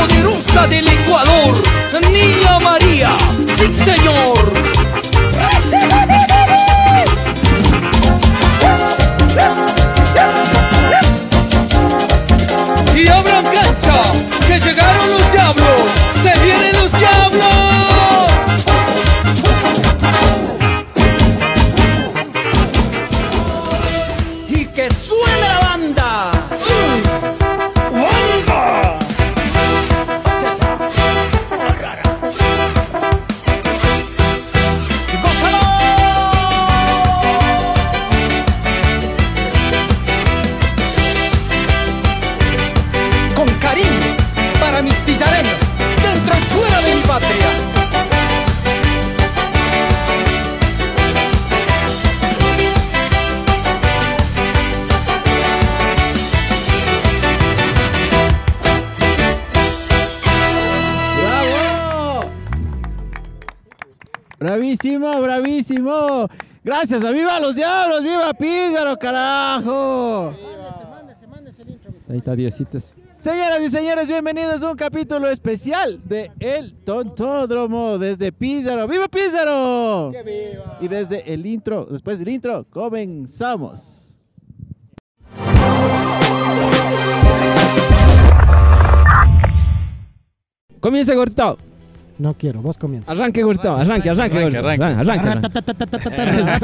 María del Ecuador, Niña María, sí señor. Y abran cancha, que llegaron los diablos, se vienen los diablos. Y que suena la banda. ¡Banda! con cariño para mis pizareños, dentro y fuera de mi patria. ¡Bravo! ¡Bravísimo, bravísimo! ¡Gracias a Viva los Diablos! ¡Viva Píndaro, carajo! Ahí está, diecitos. Señoras y señores, bienvenidos a un capítulo especial de El Tontódromo desde Pízaro. ¡Viva Pízaro! Y desde el intro, después del intro, comenzamos. Comienza, Gortao. No quiero, vos comienza. Arranque, Gortao. Este Arranque, arranque, Gortao. Arranque,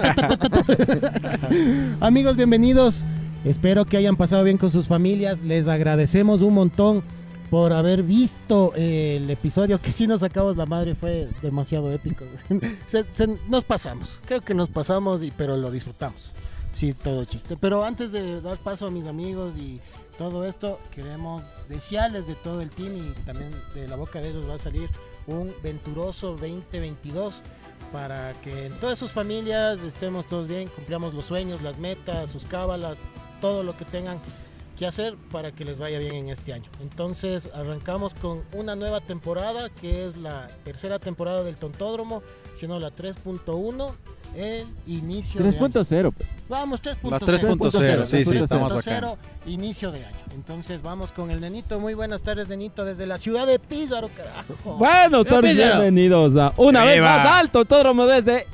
arranque. Amigos, bienvenidos. Espero que hayan pasado bien con sus familias. Les agradecemos un montón por haber visto eh, el episodio que sí nos sacamos la madre. Fue demasiado épico. Se- se- nos pasamos. Creo que nos pasamos, y, pero lo disfrutamos. Sí, todo chiste. Pero antes de dar paso a mis amigos y todo esto, queremos desearles de todo el team y también de la boca de ellos va a salir un venturoso 2022 para que en todas sus familias estemos todos bien, cumplamos los sueños, las metas, sus cábalas, todo lo que tengan que hacer para que les vaya bien en este año. Entonces arrancamos con una nueva temporada que es la tercera temporada del Tontódromo, siendo la 3.1, el inicio de año. 3.0, pues. Vamos, 3.0. La 3.0, sí, sí, estamos acá. 3.0, inicio de año. Entonces vamos con el nenito. Muy buenas tardes, nenito, desde la ciudad de Pizarro, carajo. Bueno, todos Píllaro. bienvenidos a una vez Viva. más alto Tódromo desde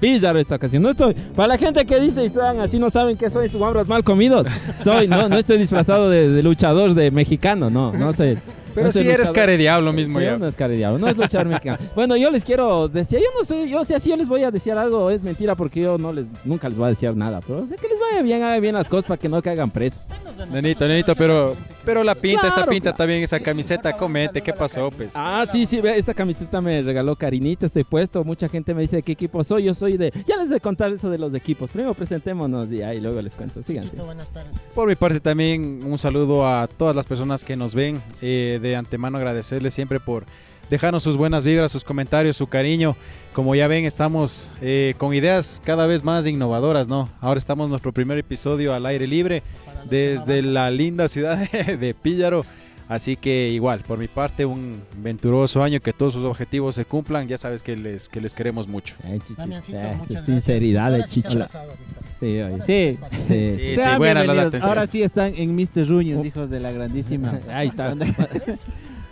Píllaro esta ocasión. No estoy, para la gente que dice y sean así, no saben que soy sus hombros mal comidos. Soy, no, no estoy disfrazado de, de luchador de mexicano, no, no sé. Pero no soy si eres luchador. care diablo mismo Sí, ya. no es cara de diablo, no es luchador mexicano. Bueno, yo les quiero decir, yo no sé, yo sé, si yo les voy a decir algo, es mentira porque yo no les, nunca les voy a decir nada, pero sé que les vaya bien, hagan bien las cosas para que no caigan presos. Nenito, nenito, pero, pero la pinta, esa Claro, pinta claro. también, esa camiseta, comete, ¿qué pasó, pues? Ah, sí, sí, ve, esta camiseta me regaló Karinita, estoy puesto. Mucha gente me dice de qué equipo soy. Yo soy de. Ya les voy a contar eso de los equipos. Primero presentémonos y ahí luego les cuento. Síganse. Chito, buenas tardes. Por mi parte también un saludo a todas las personas que nos ven. eh, de antemano agradecerles siempre por dejarnos sus buenas vibras, sus comentarios, su cariño. Como ya ven, estamos eh, con ideas cada vez más innovadoras, ¿no? Ahora estamos en nuestro primer episodio al aire libre desde la linda ciudad de, de Píllaro. Así que igual, por mi parte, un venturoso año, que todos sus objetivos se cumplan. Ya sabes que les, que les queremos mucho. Ay, chichi. Eh, Damiancito, Esa muchas gracias. sinceridad de Ahora sí te has chichi. pasado, mijo. Sí, oye. Sí. Sí, Sí, sí. sí, Sean buenas las bienvenidos. atenciones. Ahora sí están en Mr. Ruños, Oh. hijos de la grandísima. Ahí está.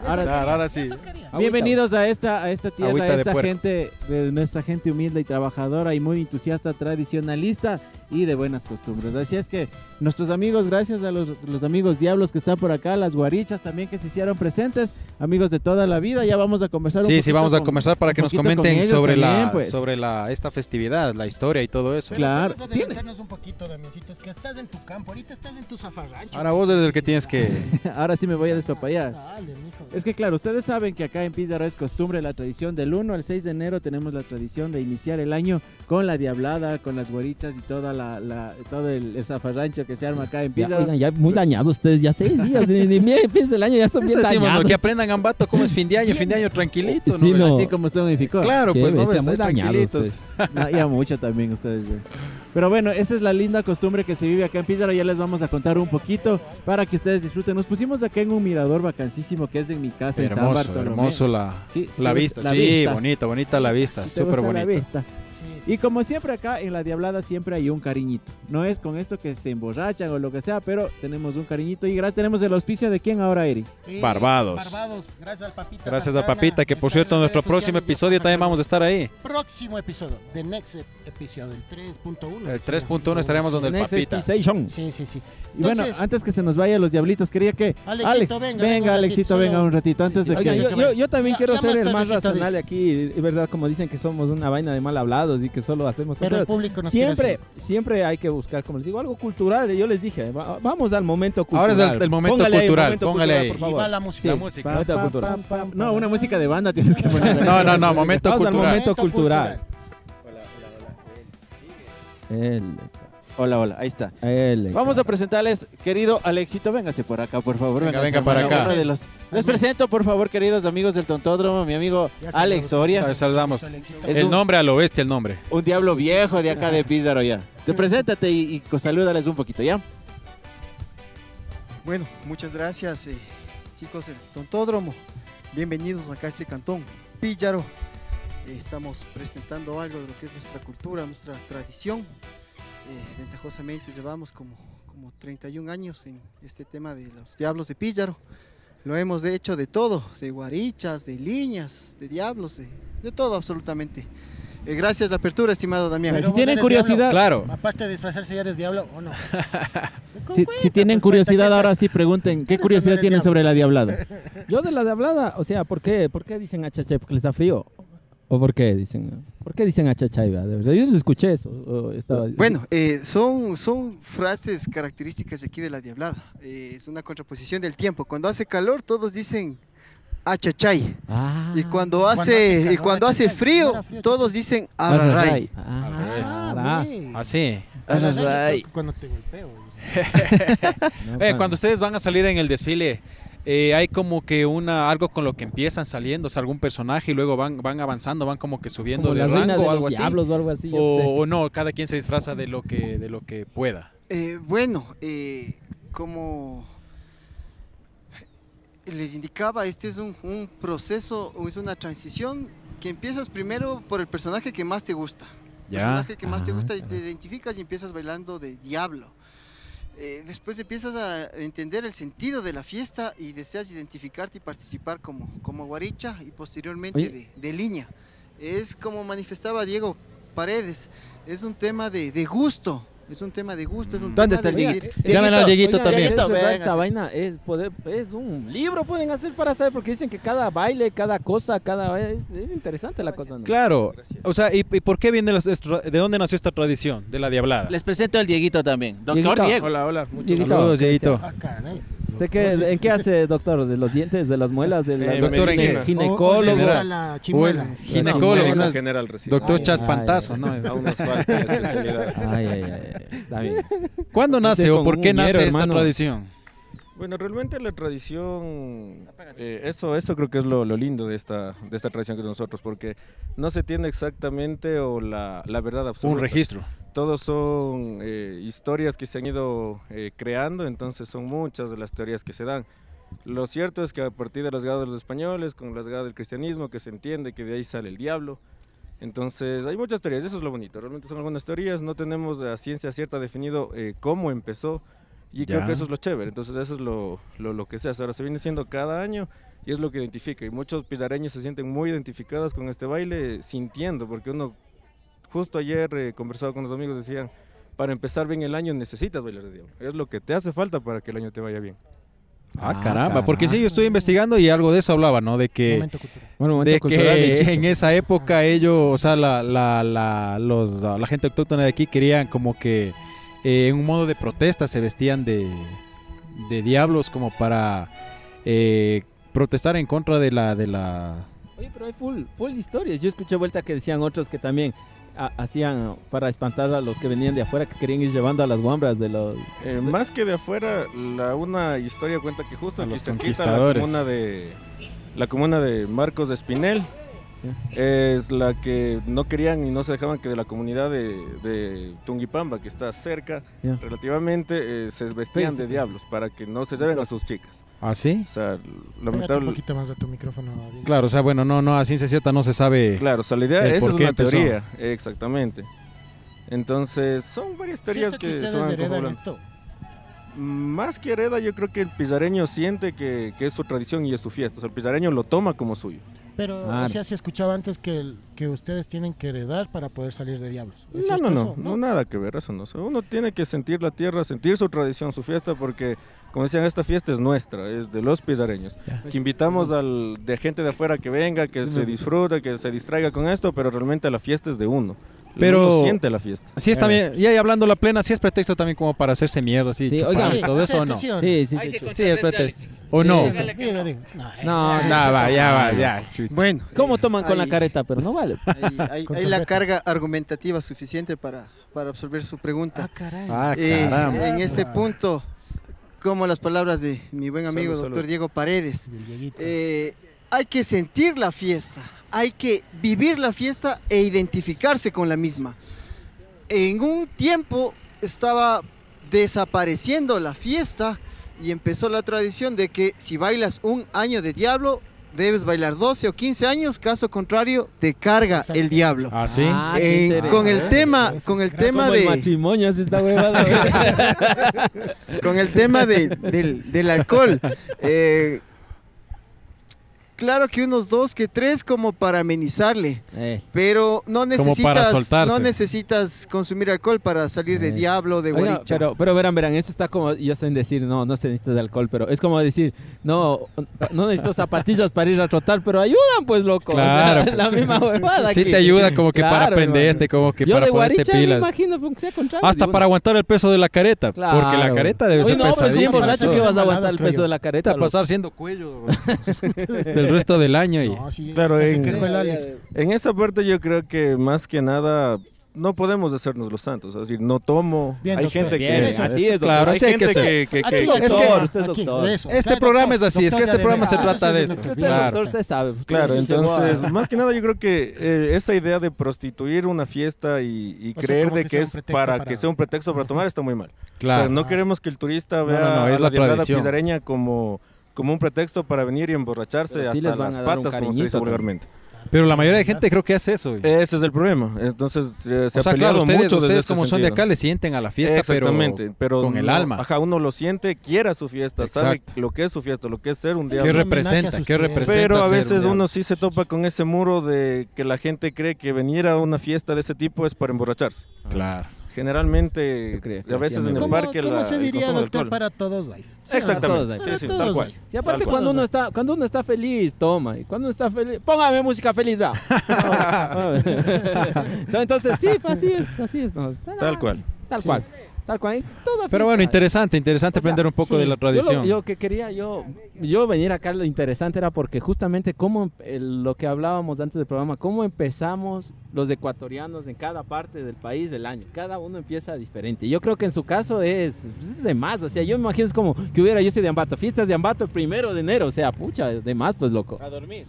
Ahora, Claro, ahora sí. Ah, bienvenidos a esta, a esta tierra, Agüita a de esta puerco. gente, de nuestra gente humilde y trabajadora y muy entusiasta, tradicionalista y de buenas costumbres. Así es que nuestros amigos, gracias a los, los amigos diablos que están por acá, las guarichas también que se hicieron presentes, amigos de toda la vida, ya vamos a conversar un Sí, sí, poquito vamos a con- conversar para un que nos poquito con comenten ellos sobre también, la pues. sobre la esta festividad, la historia y todo eso. ¿eh? Claro. Pero antes de tiene. adelantarnos un poquito, Damiancito, es que estás en tu campo, ahorita estás en tu zafarrancho. Ahora vos eres el que tienes que Ahora sí me voy a despapallar. Dale, mijo. Es que claro, ustedes saben que acá en Pizarro es costumbre la tradición del 1 al 6 de enero tenemos la tradición de iniciar el año con la diablada, con las guarichas y toda la, la- todo el, el zafarrancho que se arma acá en Ya, Pizarro. oigan, ya muy dañados ustedes, ya seis días, ni, ni bien empieza el año, ya son Eso bien decimos, ¿no? dañados. que aprendan ambato cómo es fin de año, fin de año tranquilito, Sí, ¿no? no. Así como usted unificó. Claro, Qué pues no bestia, ves, muy ahí dañados tranquilitos. ustedes. No, ya mucho también ustedes. güey. Pero bueno, esa es la linda costumbre que se vive acá en Pizarro. Ya les vamos a contar un poquito para que ustedes disfruten. Nos pusimos acá en un mirador vacancísimo que es en mi casa en San Hermoso, Bartolomé. hermoso la, Sí, sí, la te vista. gusta la sí, vista. bonita, bonita la vista, ¿Te súper gusta la bonita. vista? Sí, sí, Y como siempre acá en la Diablada siempre hay un cariñito. No es con esto que se emborrachan o lo que sea, pero tenemos un cariñito y gracias tenemos el auspicio de quién ahora, Eri. Y Barbados. Barbados, gracias al Papita. Gracias a Santana, Papita, que que por está en cierto, en las nuestro redes próximo sociales, ya episodio pasan también con- vamos a estar ahí. Próximo episodio, the next ep- episodio, el 3.1. El Sí, 3.1 estaremos sí. donde el Next papita. Station. Sí, sí, sí. Y bueno, Entonces- antes que se nos vaya los diablitos, quería que Alexito, Alex, venga, venga, venga un Alexito, ratito, venga solo- un ratito antes de Oiga, Oigan, que yo, yo, yo también Ya- quiero ya ser más el más tardecito racional dice. aquí. Es verdad, como dicen que somos una vaina de mal hablados y que solo hacemos Pero el cosas. público nos quiere Siempre, hacer- siempre hay que buscar, como les digo, algo cultural. Yo les dije, va- vamos al momento cultural. Ahora es el- el momento Póngale ahí, cultural, momento póngale cultural, ahí. por Y favor. va la música. La música. Pa, Ahorita pa, cultural. pam, pam, No, una música de banda tienes que poner. No, no, no, momento Vamos al cultural. momento cultural. El- Hola, hola, ahí está. el- Vamos a presentarles, querido Alexito, véngase por acá, por favor. Venga, véngase, venga para hermano, acá. uno de los- Les presento, por favor, queridos amigos del Tontódromo, mi amigo Ya se Alex lo- Soria. Ahora Saludamos. Alexito. Es El un- nombre al oeste, el nombre. Un diablo viejo de acá de Pizarro ya. Te preséntate y, y co- salúdales un poquito, ¿ya? Bueno, muchas gracias, eh, chicos del Tontódromo. Bienvenidos acá a este cantón Píllaro. Eh, estamos presentando algo de lo que es nuestra cultura, nuestra tradición. Eh, ventajosamente llevamos como, como 31 años en este tema de los diablos de Píllaro. Lo hemos de hecho de todo, de guarichas, de líneas, de diablos, de, de todo absolutamente. Eh, gracias la apertura, estimado Damián. Pero si vos tienen eres curiosidad, Claro. Aparte de disfrazarse, ya eres diablo o no. si, si tienen curiosidad, ahora sí pregunten, ¿qué Eso no curiosidad eres tienen diablo. sobre la diablada? Yo de la de hablada, o sea, ¿por qué, ¿por qué dicen achacha porque les da frío? ¿O por qué dicen? ¿Por qué dicen achachaiba? De verdad, yo les escuché eso. o estaba- Bueno, eh, son, son frases características de aquí de la Diablada. Eh, es una contraposición del tiempo. Cuando hace calor, todos dicen achachay. Ah, y cuando hace, cuando hace y calor, cuando hace achachay. frío, Cuando era frío, todos dicen array. ah, Al revés. ah, Así. Arrasay. Cuando te golpeo. no, Eh, claro. cuando ustedes van a salir en el desfile, eh, hay como que una algo con lo que empiezan saliendo, o sea, algún personaje y luego van, van avanzando, van como que subiendo Como de la reina rango de o algo los así. diablos o algo así. yo qué sé. O, o no, cada quien se disfraza de lo que, de lo que pueda. Eh, bueno, eh, como les indicaba, este es un, un proceso, o es una transición que empiezas primero por el personaje que más te gusta. personaje que más te Ajá, gusta y te ajá. identificas y empiezas bailando de diablo. Eh, después empiezas a entender el sentido de la fiesta y deseas identificarte y participar como, como guaricha y posteriormente Oye. de, de línea. Es como manifestaba Diego Paredes, es un tema de, de gusto. Es un tema de gusto, es un ¿Dónde tema está el de Dieguito? vivir. Oiga, Llamen al este Dieguito también. eh, Dieguito, Dieguito, ¿verdad? venga, esta sí. vaina es, poder- es un libro, pueden hacer para saber, porque dicen que cada baile, cada cosa, cada es, es interesante la cosa. ¿no? Claro. O sea, ¿y, y por qué viene las- esto- de dónde nació esta tradición de la diablada? Les presento al Dieguito también. Doctor Dieguito. Diego. Hola, hola. Muchos Dieguito. saludos, Dieguito. Ah, caray. Oh. Pues ¿Usted qué, en qué hace, doctor? ¿De los dientes, de las muelas, de la Eh, doctor, gine- ¿en qué? O- o le ginecólogo? ves a la chimuela. Pues, No, ginecólogo, Médico unas- general recién. doctor Ay, Chaspantazo, ay, ¿no? Aún nos falta la especialidad. Ay, ay, ay, está bien. ¿Cuándo nace con o por un qué ñero, nace esta hermano. tradición? Bueno, realmente la tradición, eh, eso, eso creo que es lo, lo lindo de esta, de esta tradición que nosotros, porque no se tiene exactamente o la, la verdad absoluta. Un registro. Todos son eh, historias que se han ido eh, creando, entonces son muchas de las teorías que se dan. Lo cierto es que a partir de la llegada de los españoles, con la llegada del cristianismo, que se entiende que de ahí sale el diablo, entonces hay muchas teorías, eso es lo bonito, realmente son algunas teorías, no tenemos a ciencia cierta definido eh, cómo empezó y Ya. creo que eso es lo chévere, entonces eso es lo, lo, lo que se hace, ahora se viene siendo cada año y es lo que identifica y muchos pilareños se sienten muy identificados con este baile, eh, sintiendo, porque uno justo ayer eh, conversaba con los amigos, decían, para empezar bien el año necesitas bailar de diablo, es lo que te hace falta para que el año te vaya bien. Ah, Ah, caramba, porque sí, yo estuve investigando y algo de eso hablaba, ¿no? De Eh, que... Momento cultural. Bueno, momento de cultural, mi que chicho. en esa época ellos, o sea, la, la, la- los, la gente autóctona de aquí querían como que eh, en un modo de protesta se vestían de, de diablos como para eh, protestar en contra de la... De la Oye, pero hay full, full historias. Yo escuché vuelta que decían otros que también ha- hacían para espantar a los que venían de afuera que querían ir llevando a las guambras de los... Eh, más que de afuera, la, una historia cuenta que justo A aquí los cerquita, la conquistadores. comuna de la comuna de Marcos de Espinel es la que no querían y no se dejaban que de la comunidad de, de Tungipamba, que está cerca, Ya. relativamente, eh, se vestían de diablos para que no se lleven a sus chicas. ¿Ah, sí? O sea, Pégate un lamentable. poquito más a tu micrófono. Diego. Claro, o sea, bueno, no, no, a ciencia cierta no se sabe. Claro, o sea, la idea, El esa por es qué una empezó. teoría, exactamente. Entonces, son varias Si teorías es que, ustedes se van heredan confabulando. esto. Más que hereda, yo creo que el pizareño siente que, que es su tradición y es su fiesta. O sea, el pizareño lo toma como suyo. Pero Ah. o sea, se escuchaba antes que, el- que ustedes tienen que heredar para poder salir de diablos. ¿Es No, justo no, no, eso? no, nada que ver, eso no. O sea, uno tiene que sentir la tierra, sentir su tradición, su fiesta, porque, como decían, esta fiesta es nuestra, es de los pizareños. Que invitamos al, de gente de afuera que venga, que se disfrute, que se distraiga con esto, pero realmente la fiesta es de uno. Pero- Uno siente la fiesta. Sí, es también, y ahí hablando la plena, sí es pretexto también como para hacerse mierda, así. Eh. Sí, chupar oigan. y todo eso o no. ¿Sí o no? Sí, sí, Ahí sí. se Sí, es contradice, pretexto. Alex. ¿O no? Sí, hágale que Digo, no. digo. No, eh. No, no. Nah, va, ya va, ya. chucha. Bueno. ¿Cómo eh, toman con la ahí- careta? Pero no vale. ahí- ahí- Con ahí la sorbete. carga argumentativa suficiente para, para absorber su pregunta. Ah, Eh, caramba. en este punto, como las palabras de mi buen amigo Salud, doctor salud. Diego Paredes, El Dieguito. eh, hay que sentir la fiesta, hay que vivir la fiesta e identificarse con la misma. En un tiempo estaba desapareciendo la fiesta y empezó la tradición de que si bailas un año de diablo, debes bailar 12 o 15 años, caso contrario, te carga Exacto. el diablo. Ah, sí. Ah, qué Eh, interesante. con el tema, con el Somos tema Somos de, matrimonios esta huevada. con el tema de- del, del alcohol. eh, claro que unos dos que tres como para amenizarle, Eh, pero no para necesitas, soltarse. no necesitas consumir alcohol para salir de Eh. diablo, de oiga, guaricha. pero, pero verán, verán, eso está como, yo sé decir, no, no se necesita de alcohol, pero es como decir, no, no necesito zapatillas para ir a trotar, pero ayudan pues, loco. O sea, Claro. es la misma huevada. Sí aquí. te ayuda como que para Claro, aprenderte, como que hermano. Yo para de ponerte guaricha me pilas. imagino, aunque sea con trago, Hasta Ah, digo, para aguantar el peso de la careta. claro. Porque la careta debe Oye, ser no, pero es bien pesadísima. borracho que Son vas a maladas, aguantar el creo peso yo. de la careta. Está loco. pasar siendo cuello del resto del año. Y... No, sí, claro, ya se en- quejó el Alex. En esa parte yo creo que más que nada no podemos hacernos los santos, es decir, no tomo. Bien, hay doctor. gente Bien, que así eso, es, doctor. claro, hay así hay que gente ser. que, que- Aquí, que- doctor, es que- aquí, usted es doctor. eso. Este Claro, programa es así, es que doctor, este ya programa se debe- trata Ah, sí, de sí, esto. Que usted, Claro. doctor, usted sabe. usted claro, es un chegua. entonces más que nada yo creo que eh, esa idea de prostituir una fiesta y, y O sea, creer como de que que, sea un es pretexto para, para- que sea un pretexto para tomar está muy mal. O Claro. sea, no queremos que el turista vea no, no, es a la la diablada tradición. pizareña como como un pretexto para venir y emborracharse Pero sí hasta les van las a dar un patas, como se cariñito dice también. vulgarmente. Pero la mayoría de gente creo que hace eso. güey. Ese es el problema. Entonces eh, se o sea, ha peleado claro, ustedes, mucho desde ustedes ese como son de sentido. acá le sienten a la fiesta, pero, Exactamente, pero con el no- alma. Ajá, uno lo siente, quiera su fiesta, Exacto. sabe lo que es su fiesta, lo que es ser un Qué ¿Qué diablo. homenaje a representa? sus ¿Qué clientes. representa? Pero a ser veces un uno diablo? sí se topa con ese muro de que la gente cree que venir a una fiesta de ese tipo es para emborracharse. Claro. Generalmente, Yo creo que a veces en hacían el- el ¿Cómo, parque cómo la, se el diría, consumo de doctor, alcohol. para todos ahí? todos hay. Exactamente, sí, sí, Para tal todos cual. hay. Sí, Tal aparte cual. cuando uno está cuando uno está feliz, toma. Y cuando uno está feliz, póngame música feliz, va. No, Entonces, sí, así es, así es. no. Tal cual. Tal cual. Tal cual. y Todo Pero bueno, fiesta. interesante, interesante O sea, aprender un poco sí, de la Yo, lo- tradición. yo que quería, yo, yo venir acá, lo interesante era porque justamente como el- lo que hablábamos antes del programa, cómo empezamos los ecuatorianos en cada parte del país del año. Cada uno empieza diferente. Yo creo que en su caso es, es de más. O sea, yo me imagino es como que hubiera, yo soy de Ambato, fiestas de Ambato el primero de enero. O sea, pucha, de más, pues loco. A dormir.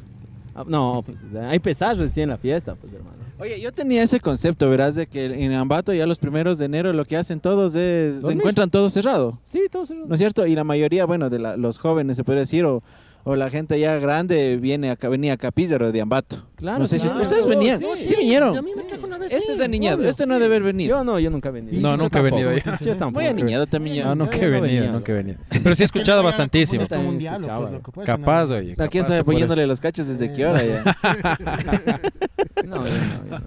Ah, No, pues a empezar recién la fiesta, pues hermano. Oye, yo tenía ese concepto, verás, de que en Ambato ya los primeros de enero lo que hacen todos es... Se Dormir. encuentran todos cerrado. Sí, todo cerrado. ¿no es cierto? Y la mayoría, bueno, de la- los jóvenes, se puede decir, o, o la gente ya grande, viene acá, venía a Capízaro de Ambato. Claro, No sé si claro. ustedes venían, Sí, sí, sí, vinieron. Este Este es aniñado, este no ha de haber venido. Yo no, yo nunca he venido. No, Yo nunca he tampoco. venido Yo tampoco. Muy aniñado también. ya. No, no, Yo que ya no venía, venía. no que venía. Pero sí he escuchado bastantísimo. Como un También diablo, escuchaba. pues, loco, por eso no- Capaz, oye. Aquí capaz está que por eso. poniéndole los caches desde qué hora ya. No, yo no, yo no.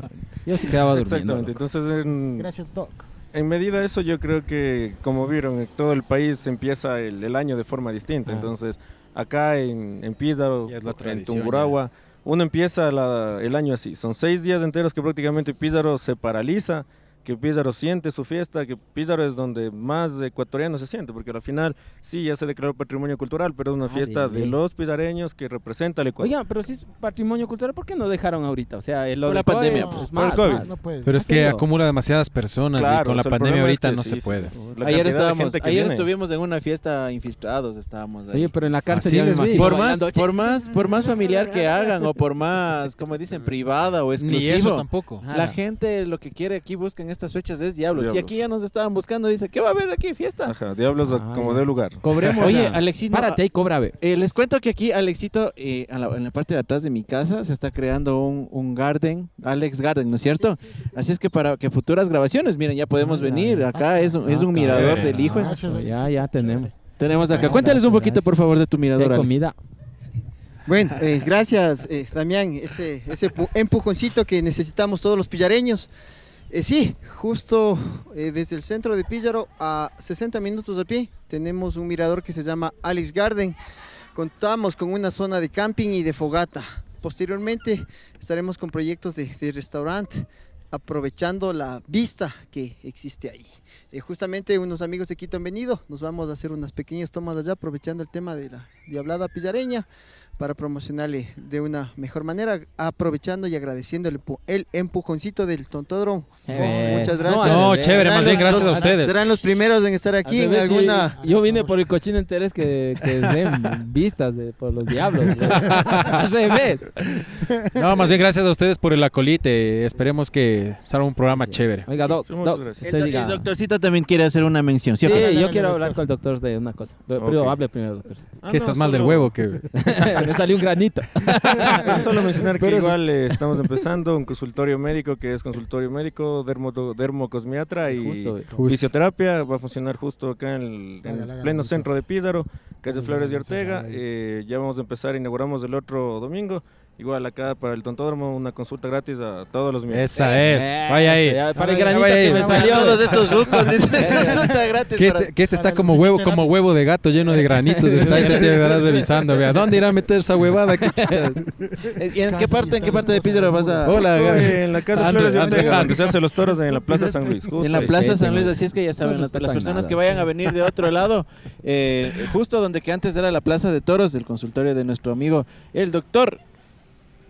Yo sí quedaba durmiendo. Exactamente, loco. entonces en, Gracias, Doc. En medida de eso, yo creo que, como vieron, en todo el país empieza el, el año de forma distinta. Ah. Entonces, acá en, en Pízaro, Ya es la en tradición, Tungurahua, uno empieza la- el año así. Son seis días enteros que prácticamente Pízaro se paraliza, que Pizarro siente su fiesta, que Pizarro es donde más ecuatoriano se siente, porque al final sí ya se declaró patrimonio cultural, pero es una Ah, de fiesta de ley. los pizareños que representa al Ecuador. Oigan, pero si es patrimonio cultural, ¿por qué no dejaron ahorita? O sea, eh, el Por la Odecoe pandemia, es pues. Por más, el COVID. más. No puedes. Pero es ¿En que serio? acumula demasiadas personas y Claro, con o la sea, el pandemia problema es ahorita que no sí, se sí, puede. sí. La cantidad Ayer de estábamos, gente que ayer viene. estuvimos en una fiesta infiltrados, estábamos ahí. Oye, pero en la cárcel Así ya me les vi. imagino por más, bailando, por más, por más familiar que hagan o por más, como dicen, privada o Ni eso exclusivo. tampoco. Ajá. La gente lo que quiere aquí busca en estas fechas es diablos. Y Diablos. aquí ya nos estaban buscando, dice, ¿qué va a haber aquí? Fiesta. Ajá, diablos Ah, como ya. de lugar. Cobremos. Oye, ya. Alexito, Párate y cobra, ve. Eh, les cuento que aquí, Alexito, eh, a la- en la parte de atrás de mi casa se está creando un, un garden, Alex Garden, ¿no es cierto? Así es que para que futuras grabaciones, miren, ya podemos Ah, venir. ya. Acá es un, es un Ah, mirador cabrón. del hijo. es- Gracias, oye. Ya, ya tenemos. Tenemos acá. Ah, Cuéntales un gracias, poquito, por gracias. favor, de tu Si hay mirador. Alex. comida. Bueno, eh, gracias eh, Damián, ese, ese pu- empujoncito que necesitamos todos los pillareños. Eh, sí, justo eh, desde el centro de Píllaro a 60 minutos de pie tenemos un mirador que se llama Alice Garden. Contamos con una zona de camping y de fogata. Posteriormente estaremos con proyectos de, de restaurante aprovechando la vista que existe ahí. Eh, justamente unos amigos de Quito han venido, nos vamos a hacer unas pequeñas tomas allá aprovechando el tema de la diablada pillareña para promocionarle de una mejor manera, aprovechando y agradeciendo el, empu- el empujoncito del Tontodrome. Eh, Muchas gracias. No, Serán chévere, más los- bien gracias a ustedes. Serán los primeros en estar aquí Al en revés, sí, alguna... Yo vine por el cochino interés que, que den vistas de- por los diablos. güey. Al revés. No, más bien gracias a ustedes por el acolite. Esperemos que salga un programa Sí. chévere. Oiga, Sí, doc, muchas doc, gracias. usted El, do- diga. el doctorcito también quiere hacer una mención. Sí, ¿sí o qué? yo Hágale, quiero doctor. hablar con el doctor de una cosa. Do- Pero Ok. hable primero, doctor. Ah, que no, estás mal del solo- huevo. Que... Me salió un granito. Solo mencionar que Pero eso- igual eh, estamos empezando un consultorio médico que es consultorio médico, dermo, dermocosmiatra y Justo, güey. fisioterapia. Va a funcionar justo acá en el, en Hágale, el hágale, pleno anuncio. centro de Pídaro, calle Hágale, Flores de anuncio, Ortega. hágale. Eh, ya vamos a empezar, inauguramos el otro domingo. Igual acá para el tontódromo, una consulta gratis a todos los miembros. Esa es. Vaya Eso, ahí. ya, Para el Vaya, granito vaya que ahí. me Para salió. todos estos rucos, dice, resulta gratis. Que para- este, que este para está el como huevo, fisioterapia. como huevo de gato lleno de granitos. Está ahí, se te verás revisando. Vea, ¿dónde irá a meter esa huevada? ¿Qué chucha? ¿Y en qué parte, en qué parte de Pídaro vas Oh, a...? Hola, Estoy Gaby. en la calle Andre- Flores de Ortega, Andre donde Hernández. se hacen los toros en la Plaza San Luis. justo En la ahí. Plaza Respeten, San Luis, güey. así es que ya saben, No las, las respetan personas nada. que vayan a venir de otro lado, eh, justo donde que antes era la Plaza de Toros, el consultorio de nuestro amigo, el doctor.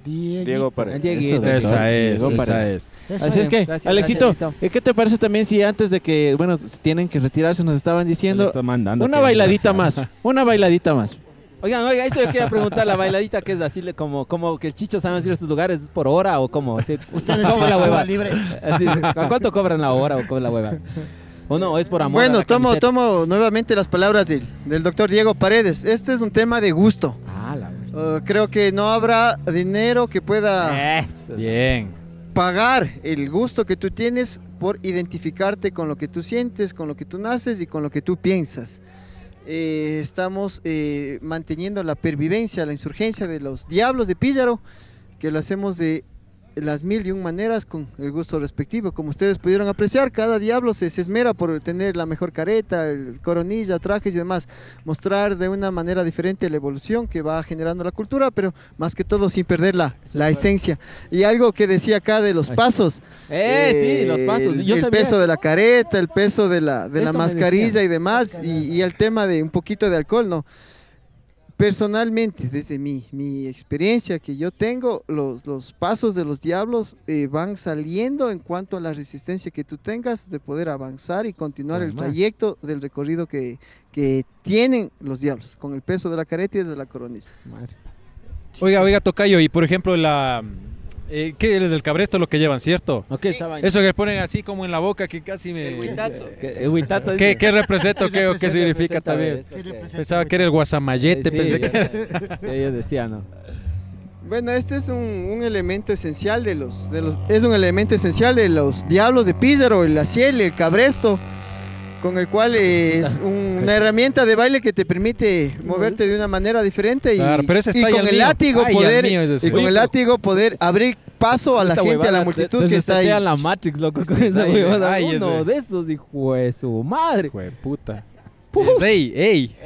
Diego Paredes. Dieguito, Esa es, Diego esa Paredes. es. Eso Así es que, Gracias, Alexito, gracias, eh, ¿qué te parece también si antes de que, bueno, s- tienen que retirarse, nos estaban Le diciendo estoy mandando una que- bailadita más, una bailadita más? Oigan, oigan, eso yo quería preguntar, la bailadita que es así, le- como, como que el chicho sabe decir estos lugares, ¿es por hora o cómo? Así, Ustedes ¿Cómo la tienen hueva? Cuba libre. Así, ¿A cuánto cobran la hora o cómo es la hueva? ¿O no? ¿Es por amor? a Bueno, la tomo, camiseta? tomo nuevamente las palabras del, del doctor Diego Paredes. Este es un tema de gusto. Ah, la verdad. Uh, creo que no habrá dinero que Eh, pueda Eso. Bien. pagar el gusto que tú tienes por identificarte con lo que tú sientes, con lo que tú naces y con lo que tú piensas. Eh, estamos eh, manteniendo la pervivencia, la insurgencia de los diablos de Píllaro, que lo hacemos de las mil y un maneras con el gusto respectivo. Como ustedes pudieron apreciar, cada diablo se, se esmera por tener la mejor careta, el coronilla, trajes y demás. Mostrar de una manera diferente la evolución que va generando la cultura, pero más que todo sin perder la, la esencia. Y algo que decía acá de los Ahí está. pasos. Eh, sí, los el- pasos. Yo el sabía- peso de la careta, el peso de la, de la Eso me mascarilla decían. y demás, y, y el tema de un poquito de alcohol, ¿no? Personalmente, desde mi, mi experiencia que yo tengo, los, los pasos de los diablos eh, van saliendo en cuanto a la resistencia que tú tengas de poder avanzar y continuar el Además. trayecto del recorrido que, que tienen los diablos, con el peso de la careta y de la coronilla. Madre. Oiga, oiga, Tocayo, y por ejemplo, la. eh, ¿Qué es el cabresto lo que llevan, cierto? ¿No qué estaba Eso que le ponen así como en la boca que casi me. ¿Qué, el Eh, huitato, ¿Qué, dice? qué representa o qué, o qué significa Representa, también? ves, porque- Pensaba que era el guasamayete, Sí, pensé yo- que era- Sí, yo decía, ¿no? Bueno, este es un, un elemento esencial de los, de los. Es un elemento esencial de los diablos de Pízaro, el aciel, el cabresto, con el cual eh, es un- una herramienta de baile que te permite moverte de una manera diferente y, Claro, pero ese y está ahí con al el mío. látigo Ay, al poder mío es ese. y con el látigo poder abrir paso a la Esta gente, a la huevada, multitud te- que está ahí. te setea la Matrix, loco, con Sí, esa ahí, huevada. ahí es, Uno güey. de esos dijo "Jue su madre. Jue puta. Es- ¡Ey, ey!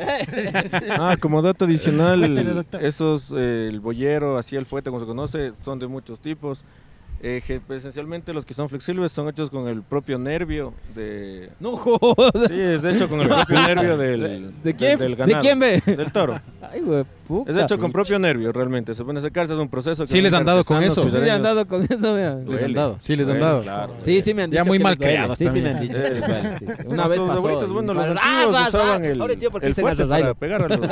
Ah, como dato adicional, Cuéntale, doctor. esos, eh, el boyero, así el fuete como se conoce, son de muchos tipos. Eh, que, pues, esencialmente los que son flexibles son hechos con el propio nervio de... No jodas. Sí, es hecho con el propio nervio del, ¿De del, quién? del ¿De ganado, quién ve? Del toro. Ay, güey, puta. Es hecho con propio nervio, realmente. Se pone a secarse, es un proceso. que Sí, les han dado con artesanos, eso. Sí, le han pizarreños. dado con eso, vea. Duele. Sí, les han Duele, dado. claro. Sí, sí me han Ya dicho. muy que mal les duele. creados Sí, sí me también. han dicho. que les duele, sí, sí. Una Los vez abuelitos, pasó. bueno, los dijeron, antiguos "Ah, ah, usaban ah". el, Ahora tío, ¿por qué el se fuete agarra para rayo? pegar a los,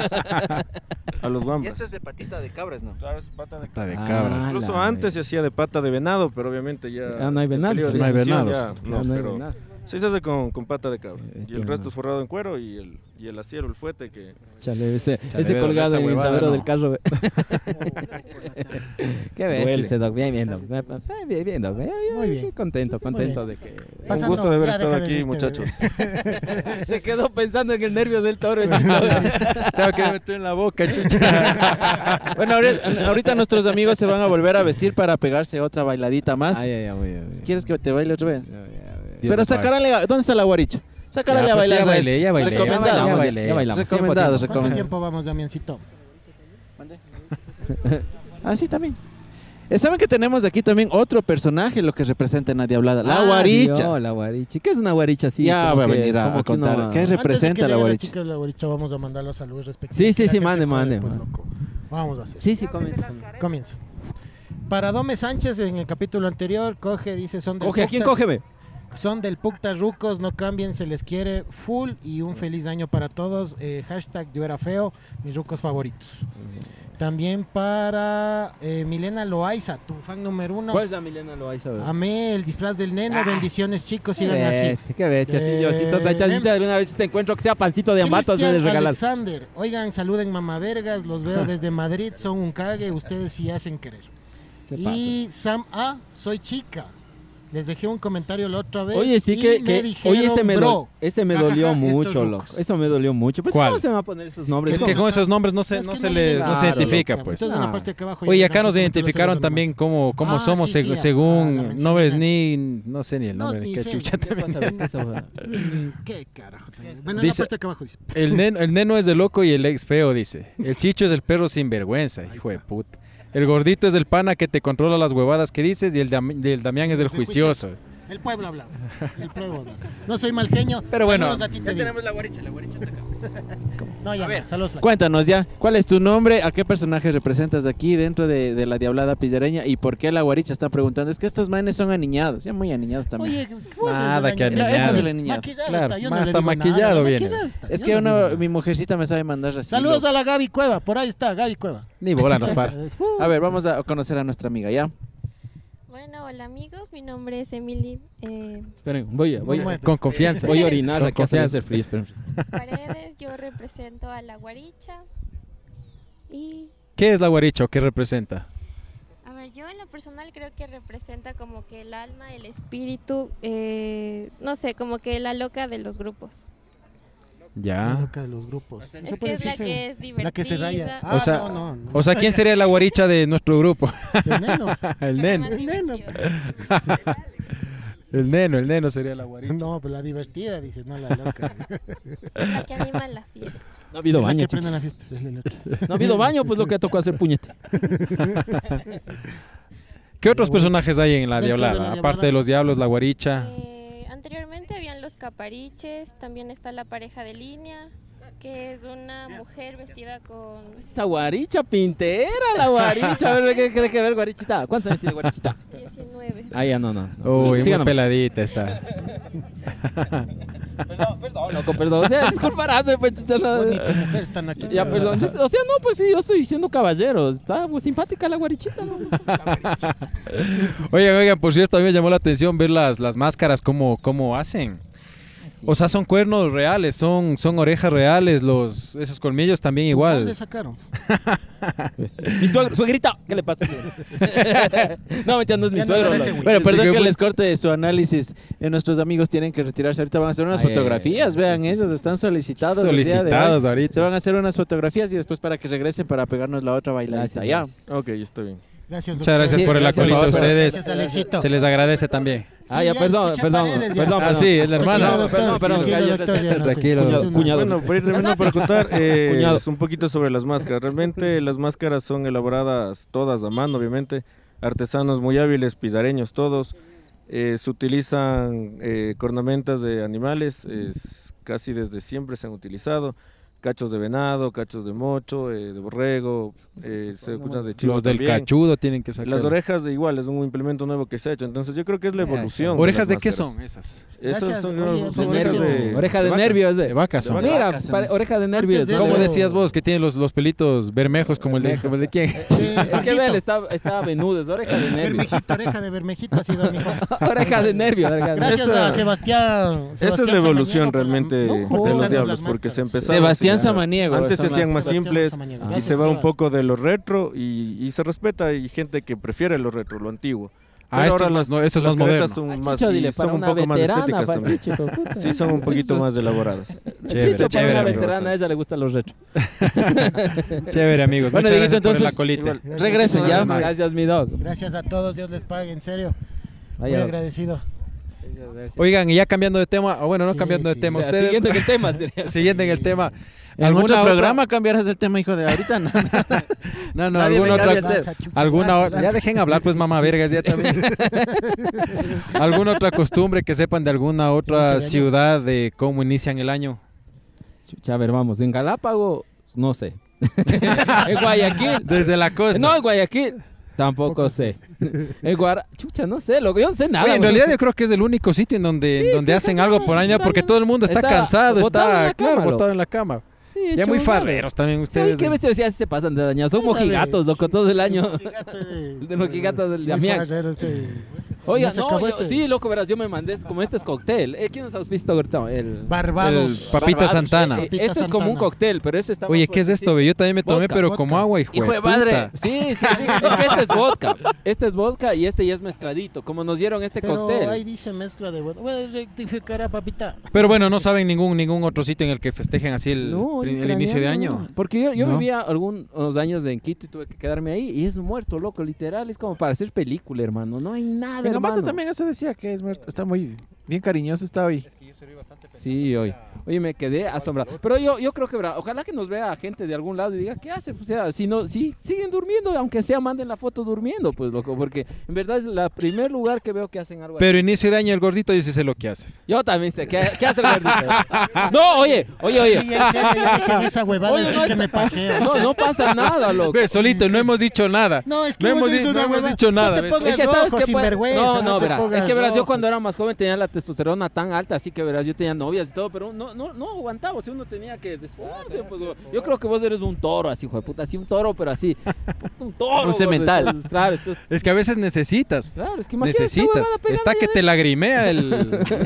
a los guambas. este es de patita de cabras, ¿no? Claro, es pata de Puta de Ah, cabra. Incluso la antes se hacía de pata de venado, pero obviamente ya. Ah, no hay el venados, peligro de pues. No hay extinción venados. ya- verga. no, Ya no hay pero nada. sí se hace con, con pata de cabra. Este y el resto no. es forrado en cuero y el, y el acero, el fuete que. Chale, ese, Chale, ese veo, colgado esa en el huevada, sabero no. del carro. ve. Qué bestia Duele. ese Doc. Bien, bien, Doc. Bien, bien, bien, Doc. Yo- yo Muy bien. Estoy contento, contento de que... Pasa- Un gusto de haber ya estado deja de aquí, reírte, muchachos. Se quedó pensando en el nervio del toro. Tengo que meter en la boca, chucha. Bueno, ahorita, ahorita nuestros amigos se van a volver a vestir para pegarse otra bailadita más. Ay, ay, ay, güey, ay, güey. ¿Quieres que te baile otra vez? Ay, ay, ay. Pero sacarle. ¿Dónde está la guaricha? Sacarle a bailar. Ya a bailé, este. ya bailé. Ya Recomendado. bailamos, ya bailamos. Tiempo, Recomendado, ¿Cuánto recomendado. tiempo vamos, Damiancito? Ah, sí, también. Eh, Saben que tenemos aquí también otro personaje, lo que representa en la Diablada. La Ah, guaricha. Dios, la guaricha. ¿Qué es una guaricha así? ya Como va a que- venir a, como a que uno contar. a- ¿Qué representa la guaricha? Chicos, la guaricha, vamos a mandar los saludos respectivos. Sí, sí, Mira sí, que te mande, jode, mande, pues, mande. loco. Vamos a hacer. Sí, sí, comienza. Comienza. Para Dome Sánchez en el capítulo anterior, coge, dice, son del Coge, ¿a quién Puctas- cógeme? Son del Puctas Rucos, no cambien, se les quiere full y un feliz año para todos. Eh, hashtag yo era feo, mis rucos favoritos. También para eh, Milena Loaiza, tu fan número uno. ¿Cuál es la Milena Loaiza? bebé? Amé el disfraz del neno, bendiciones chicos, Qué sigan así. bestia, qué bestia. Así yo, así, Eh, tota- así de alguna vez te encuentro que sea pancito de ambato, así Cristian de regalar. Alexander, oigan, saluden mamavergas, los veo desde Madrid, son un cague, ustedes sí hacen querer. Se y Sam A, soy chica. Les dejé un comentario la otra vez. Oye, sí y que, me que- dijeron, oye, ese me, do- bro, ese me Ja, ja, dolió ja, estos mucho, rucos. loco. Eso me dolió mucho. Pues, ¿Cuál? ¿Cómo se van a poner esos nombres? Es que ¿Cómo? con esos nombres no se, Es no que se, no les, digan no se nada, identifica, loco. pues. Entonces, en la Ah. parte de acá abajo Oye, ya acá no nos capítulos de identificaron los también demás. cómo, cómo Ah, somos, sí, se- sí, a- a la según, mención no ves general. ni, no sé ni el No, nombre, ni qué sé, chucha ¿qué también. pasa? Mm, ¿Qué carajo? también. Bueno, en la Dice- parte de acá abajo dice. El neno, el neno es el loco y el ex feo, dice. El chicho es el perro sinvergüenza, hijo de puta. El gordito es el pana que te controla las huevadas que dices y el, Dam- y el Damián es el Es el juicioso. juicioso. El pueblo habla. El pueblo habla. No soy mal genio. Pero bueno, saludos a ti, te digo. la guaricha, la guaricha está acá. No, ya, no, saludos. Flaco. Cuéntanos ya, ¿cuál es tu nombre? ¿A qué personaje representas aquí dentro de, de la Diablada Pillareña? ¿Y por qué la guaricha están preguntando? Es que estos manes son aniñados, ya muy aniñados también. Oye, Nada que aniñado. aniñado. Maquillado Claro, está, yo no más le está digo nada, maquillado viene. maquillado está, es yo que no le digo uno, nada. mi mujercita me sabe mandar así. Saludos loco. a la Gaby Cueva, por ahí está Gaby Cueva. uh, Ni bola nos para. a... ver, vamos a conocer a nuestra amiga, ¿ya? Bueno, hola amigos, mi nombre es Emily eh, Esperen, voy a, voy a, Muy bueno. Con confianza. voy a orinar Con aquí hace confianza. hacer frío. Esperen. Paredes, yo represento a la guaricha y, ¿Qué es la guaricha o qué representa? a ver, yo en lo personal creo que representa como que el alma, el espíritu, eh, no sé, como que la loca de los grupos. Ya. Loca de los grupos. Es que es la que es divertida. La que se raya. Ah, O sea- no, no, no. O sea, ¿quién sería la guaricha de nuestro grupo? El neno. El la neno. más divertida. El neno, el neno sería la guaricha. No, pues la divertida, dices, no la loca. La que anima la fiesta. No ha habido La baño, que chicos. prende la fiesta. es la loca. No ha habido baño, pues lo que tocó hacer puñete. ¿Qué otros personajes hay en la Dentro de la diablada? Diablada. Aparte de los diablos, la guaricha. Eh, anteriormente habían los capariches, también está la pareja de línea, que es una mujer vestida con... Esa guaricha pintera, la guaricha. A ver, ¿qué qué- qué ver, guarichita? ¿Cuántos años tiene guarichita? 19. Ah, ya, no, no. no. Uy, muy Sigan nomás. peladita está. No, loco, perdón. O sea, disculparme, pues, chucha, no. Bonita mujer están aquí. Ya, perdón. Yo- O sea, no, pues sí, yo estoy diciendo caballero. Está pues, simpática la guarichita, ¿no? Oigan, oigan, por cierto, a mí me llamó la atención ver las, las máscaras, cómo, cómo hacen. O sea, son cuernos reales, son, son orejas reales, los, esos colmillos también ¿Dónde igual. sacaron? Mi suegro, suegrita, ¿qué le pasa? no, mentira, no es mi Ya no suegro. parece, loco. güey. Bueno, perdón que que fue- les corte su análisis. Eh, nuestros amigos tienen que retirarse. Ahorita van a hacer unas Ay, ay, ay, fotografías. ay, Vean, sí, sí, ellos están solicitados. el día de hoy. Solicitados Se ahorita. van a hacer unas fotografías y después para que regresen para pegarnos la otra bailadita. Gracias, Ya. gracias. Ok, está bien. Gracias, Muchas doctor. gracias Sí, por el gracias, acolito a por favor, ustedes. Gracias, Alexito. Se les agradece también. Ah, ya, perdón, escucha perdón, paredes, ya. perdón, perdón. Ah, sí, es la hermana. Perdón, Tranquilo, perdón, doctor, perdón. tranquilo, ya, ya, doctor, ya, ya no sé. Tranquilo. Cuñado, Cuñado. Cuñado. cuñado. Bueno, pues, para ir terminando para contar, eh, Cuñado. es un poquito sobre las máscaras. Realmente las máscaras son elaboradas todas a mano, obviamente. artesanos muy hábiles, pisareños todos. Eh, se utilizan eh, cornamentas de animales, es, casi desde siempre se han utilizado. Cachos de venado, cachos de mocho, eh, de borrego, eh, se escuchan de chivo Los del también. cachudo tienen que sacar. Las orejas de igual, es un implemento nuevo que se ha hecho. Entonces yo creo que es la Ya, ya. evolución. de ¿Orejas de las qué máscaras. son esas? Gracias, Esas son, oye, son de orejas nervio. de... Oreja de vaca. nervios, ve. De vacas son. vaca. Mira, Vacas son pare- esas. oreja de Antes nervios. de ¿no? eso- ¿Cómo decías vos que tienen los, los pelitos bermejos como el de, como el de quién? Es que ve, él está, está venudo, es oreja de nervios. Bermejito, oreja de bermejito ha sido amigo. oreja de nervios, oreja de nervios. Gracias Esa- a Sebastián. Esa Sebastián es la evolución Samaniego por la- realmente no, de por prestarnos los las diablos, porque se máscaras. empezaba Sebastián así, Samaniego. Antes son se hacían las- más Sebastián simples Samaniego. y Gracias, se va un Sebas. poco de lo retro y, y se respeta y gente que prefiere lo retro, lo antiguo. Ah, esto es ahora más, no, eso es las más moderno. caretas Ah, son, Al más, Ah, Chicho y dile, son para un una poco más veterana, estéticas para también. Chicho. hijo de puta. Sí, son un poquito más elaboradas. Chévere, Chicho, para chévere, una amigo. veterana, a ella le gustan los retros. Chévere, amigos. Bueno, Muchas Dieguito, gracias por entonces- la colita. Igual. Regresen ya. pues. Gracias, mi dog. Gracias a todos, Dios les pague, en serio. Muy Vaya. agradecido. Oigan, y ya cambiando de tema, o bueno, no Sí, cambiando de sí. tema, O sea, ustedes. siguiendo Siguiente, en el tema, sería. en el tema. En ¿Alguna otro otra- programa cambiarás el tema, hijo de ahorita. No, No, no, Nadie alguna me cambia otra. el tema. Alguna o- ya dejen hablar pues mamá vergas ya también. ¿Alguna otra costumbre que sepan de alguna otra se ve, ¿no? ciudad de cómo inician el año? Chucha, a ver, vamos. En Galápago, no sé. en Guayaquil. Desde la costa. Pues No, en Guayaquil. Tampoco sé. En Guara... Chucha, no sé, loco. Yo no sé nada. Oye, Ah, en güey. realidad yo creo que es el único sitio en donde, en donde hacen algo por año porque todo el mundo está, Está cansado, botado en está la claro, cama, loco. botado en la cama. Sí, Ya muy chunga. farreros también Sí, ustedes. qué ¿no? bestia, sí, se pasan de dañados. Son mojigatos, loco, todo el año. De los gigantes del- de Amiac. este. Oiga, Ya se no, acabó yo- ese. sí, loco, verás, yo me mandé como este es cóctel. Eh, ¿Quién nos auspicia ahorita? El... Barbados. El Papita Barbados. Santana. Eh, eh, Papita esto es como un Santana. cóctel, pero ese está más Oye, ¿qué es esto? fuertecito. ve? Yo también me tomé, Vodka, pero vodka. como agua, hijo. Hijo de puta. madre. Sí, sí, sí. es que este es vodka. Este es vodka y este ya es mezcladito. Como nos dieron este Pero ahí cóctel. dice mezcla de... Bueno, voy a rectificar a papita. Pero bueno, no saben ningún ningún otro sitio en el que festejen así el, No, el ucraniano, inicio de no. año. Porque yo, yo No. vivía algunos años en Quito y tuve que quedarme ahí. Y es muerto, loco, literal. Es como para hacer película, hermano. No hay nada, Venga, Mato hermano. también eso decía que es muerto. Está muy bien cariñoso, está hoy. Sí, hoy. Oye, me quedé asombrado. Pero yo, yo creo que, verá, ojalá que nos vea gente de algún lado y diga, ¿qué hacen? O sea, si, no, si siguen durmiendo, aunque sea, manden la foto durmiendo, pues, loco. Porque en verdad es el primer lugar que veo que hacen algo así. Pero inicio de año el gordito yo sí sé lo que hace. Yo también sé. ¿Qué, qué hace el gordito? No, oye, oye, Sí, oye. en serio, ya dejen esa huevada Oye, de no decir que me pajeo. No, no pasa nada, loco. Ve, solito, no hemos dicho nada. No, es que No vos hemos dices di- una no hemos huevada. dicho nada, No te ¿ves? pongas Es que sabes loco, que puede- sinvergüenza, No, no, te verás. pongas Es que verás, yo loco. cuando era más joven tenía la testosterona tan alta, así que verás, yo tenía novias y todo, pero no, no, no aguantaba, o sea, uno tenía que desfogarse. pues, güey. yo creo que vos eres un toro, así, hijo de puta, así un toro, pero así. puta, Un toro. Un güey, semental. entonces, Claro, entonces, Es que a veces necesitas. claro, es que imagínate. esa Necesitas. huevada ¿eh? pegada Está ya que de- te lagrimea el.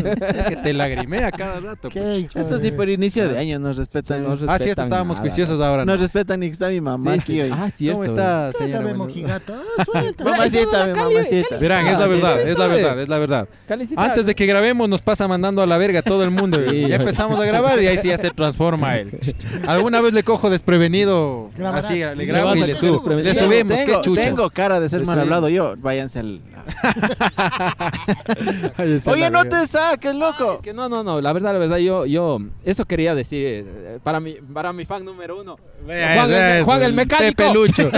Está que te lagrimea cada rato. pues. Qué hijo Esto es de- ni por inicio de año, nos respetan. No respetan Ah, cierto, estábamos nada, juiciosos ahora. nos, ¿no? respetan y está mi Sí, mamá sí. aquí hoy. Ah, cierto. ¿Cómo está, Suéltame, señora? Bueno, mojigato. Ah, suéltame. mamacita, mi mamacita. Verán, es la Ah, sí, verdad, sí, es la sí. verdad, es la verdad. Calicita. Antes de que grabemos nos pasa mandando a la verga a todo el mundo. Sí. Ya empezamos a grabar y ahí sí ya se transforma él. Alguna vez le cojo desprevenido. Grabarás. Así, le Le grabo vas y a le coger subo. desprevenido. Le subimos, qué tengo, chuchas. tengo cara de ser Le mal subimos. hablado yo. Váyanse al. Ay, sí, la Oye, no verga. te saques, Ah, loco. es que no, no, no, la verdad, la verdad, yo, yo, eso quería decir eh, para mi, para mi fan número uno. Vea, Juan el vea me- eso, Juan el mecánico. Pepe Lucho.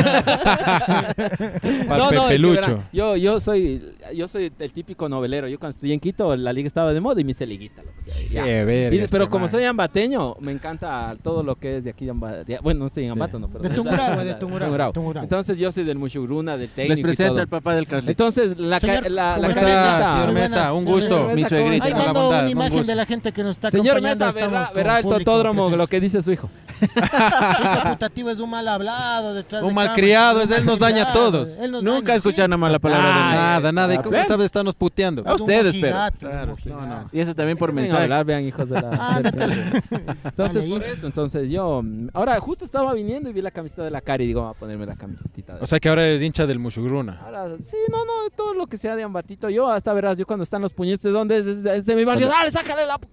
No, no, Pepe es que verán, Lucho. yo, yo, soy, yo soy el típico novelero. Yo cuando estudié en Quito, la liga estaba de moda y me hice liguista. loco, o sea, ya. Qué verga Y- pero este como man. soy ambateño, me encanta todo lo que es de aquí de Amba- de- bueno, no estoy en Ambato, no, pero... De Tungurahua, de Tungurahua, Tungurahua. Entonces yo soy del Mushuruna, del técnico Les y presento todo. al papá del Carlitos. Entonces, la, ca- la, Señor, la ¿cómo está, cabecita- señor Muy Mesa? buenas, Un señor gusto. Mi Mesa, ¿cómo suegrita. está? Ahí Con la mando bondad, una un imagen gusto. de la gente que nos está Señor acompañando. Mesa, verá, estamos con verá el público autódromo presente. lo que dice su hijo. Chico putativo es un mal hablado. Detrás Un de malcriado, cámaras, es él, un nos daña a malcriado, todos. él nos Nunca daña, escucharon sí. una mala palabra de mí. Nada, nada. ¿Y cómo Ven. sabes estarnos puteando? Ah, Es un ustedes, pero. mojigato, es un Claro, no, mojigato. no. Y eso también por Vengan a mensaje. hablar, vean, hijos de la... Ah, Entonces, por eso, entonces yo... mm, Ahora, justo estaba viniendo y vi la camiseta de la cara y digo, voy a ponerme la camisetita. de- O sea que ahora eres hincha del Mushugruna. Ahora, sí, no, no, todo lo que sea de ambatito. Yo hasta verás, yo cuando están los puñetes, ¿de dónde es? Es, es de mi barrio. ¡Dale, sácale la pu-!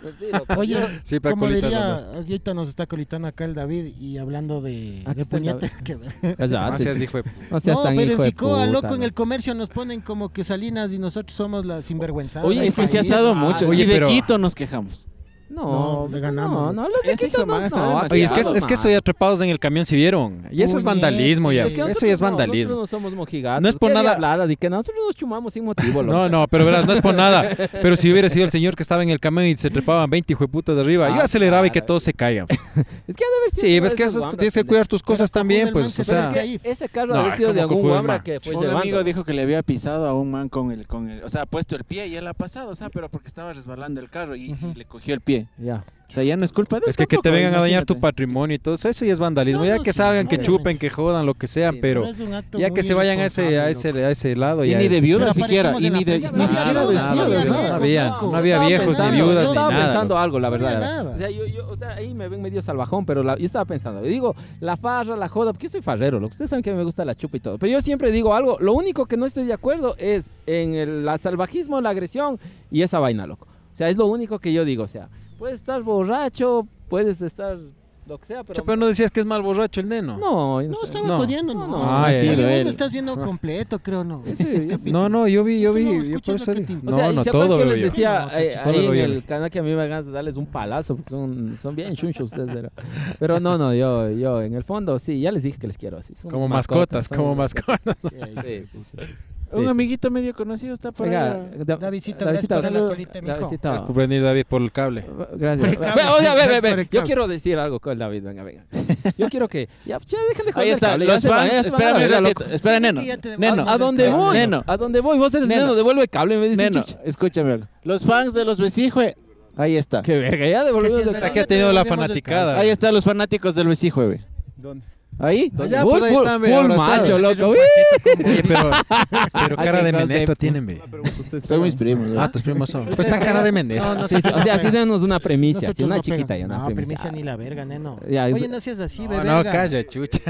Pues Sí, loco. Oye, Sí, para como colitas, diría, loco. ahorita nos está colitando acá el David y hablando de, Aquí de está el puñetes. que ver. Cállate, Pues No seas chico. hijo de- No seas No, tan pero hijo en de Ficoa, puta, loco, en loco. el comercio nos ponen como que Salinas y nosotros somos la sinvergüenza. Oye, Es que se ha Sí, estado ah, mucho. oye, Si de pero- Quito nos quejamos. No, No, le pues, ganamos. No, no, los de Ese Quito hijo no, más está no, demasiado, Oye, es que, es, es que eso ya trepados en el camión si vieron. Y eso es Puñetas. vandalismo ya. Es que eso ya es nosotros no, vandalismo. nosotros no somos mojigatos. No es por qué nada- diablada, di que nosotros nos chumamos sin motivo. loco. No, no, pero verás, no es por nada. Pero si hubiera sido el señor que estaba en el camión y se trepaban 20 hijueputas de arriba, yo Ah, aceleraba y que claro. todos se caigan. Es que ha de haber sido Sí, uno ves de que esos eso tú guambras, tienes que pendejo. cuidar tus cosas también, cojudo el pues, manso, o pero es sea. que ahí- Ese carro No, ha de haber sido como de algún cojudo el guambra man. que fue un llevando. amigo dijo que le había pisado a un man con el, con el, o sea, ha puesto el pie y él ha pasado, o sea, pero porque estaba resbalando el carro y, y le cogió el pie. Ya. O sea, ya no es culpa de él Es que, que te tampoco, vengan a dañar tu imagínate. patrimonio y todo eso, eso ya es vandalismo. No, Ya no, que sí, salgan, que obviamente. chupen, que jodan, lo que sean, pero es un acto ya muy que se vayan a ese, a ese, irresponsable, a ese lado. Y ya ni es- de viudas Pero siquiera, aparecimos y en la ni, de, prensa, ni nada, siquiera nada, vestidos, nada, nada. No había, Loco, no había estaba viejos, ni pensando, viudas, Yo ni estaba nada. pensando algo, la No verdad. había nada. O sea, yo, yo- o sea, ahí me ven medio salvajón, pero la- yo estaba pensando. Yo digo, la farra, la joda, porque yo soy farrero, loco. Ustedes saben que me gusta la chupa y todo. Pero yo siempre digo algo, lo único que no estoy de acuerdo es en el la salvajismo, la agresión y esa vaina, loco. O sea, es lo único que yo digo. O sea, puedes estar borracho, puedes estar lo que sea, pero... Che, Pero no decías que es mal borracho el neno. No, yo No, no, sé. estaba No. jodiendo, No, no. no, no, Ah, sí, Oye, de vos él. lo estás viendo completo, creo, ¿no? Este Sí, yo- No, no, yo vi, yo Solo vi. Yo escuchas por lo eso que di- te O No, sea, no ¿se acuerdan todo que lo les vi. decía No, eh, todo ahí lo en veo el yo. canal que a mí me dan ganas de darles un palazo? Porque son, son bien chunchos ustedes. Pero, pero no, no, yo, yo en el fondo sí, ya les dije que les quiero así. son Como mis mascotas, son como mis mascotas. Sí, sí, sí, sí, sí. Un Sí, sí. amiguito medio conocido está por Venga, allá. Da- Davidcito, Davidcito, gracias por la saludo. colita, mijo. Davidcito. Gracias por venir, David, por el cable. Gracias. Por el Ve, oye, ve, ve, cable. ve, Yo quiero decir algo con el David, venga, venga. Yo quiero que. Ya, ya déjale joder Ahí el está, cable, ya los se van, fans, ya se van a la espérame un verga, ratito, loco. espera, Sí, neno, que ya te neno, devolvemos ¿A dónde el cable. voy? Neno. ¿A dónde voy? Vos eres Neno. neno, devuelve el cable, me dicen. neno, chucha. escúchame algo. Los fans de los Besijue, ahí está. Qué verga, ya Que sí devolvemos es el verdad, cable. Aquí ha ya te tenido la devolvemos el fanaticada. cable. Ahí están los fanáticos del Besijue, güey. ¿Dónde? Ahí. Ya, Full, pues ahí full, están, ve, full abrazados. macho, loco. Oye, pero, pero cara de Hijos de menestro tienen, ve. Son mis primos, güey. Ah, tus primos son. Pues están cara de menestro. No, no, Sí, sí, o sea, así denos una premicia, Nosotros así una no chiquita pega. ya, una No, premicia. primicia ni la verga, neno. Ya, Oye, no seas así, bebé. No, calla, chucha.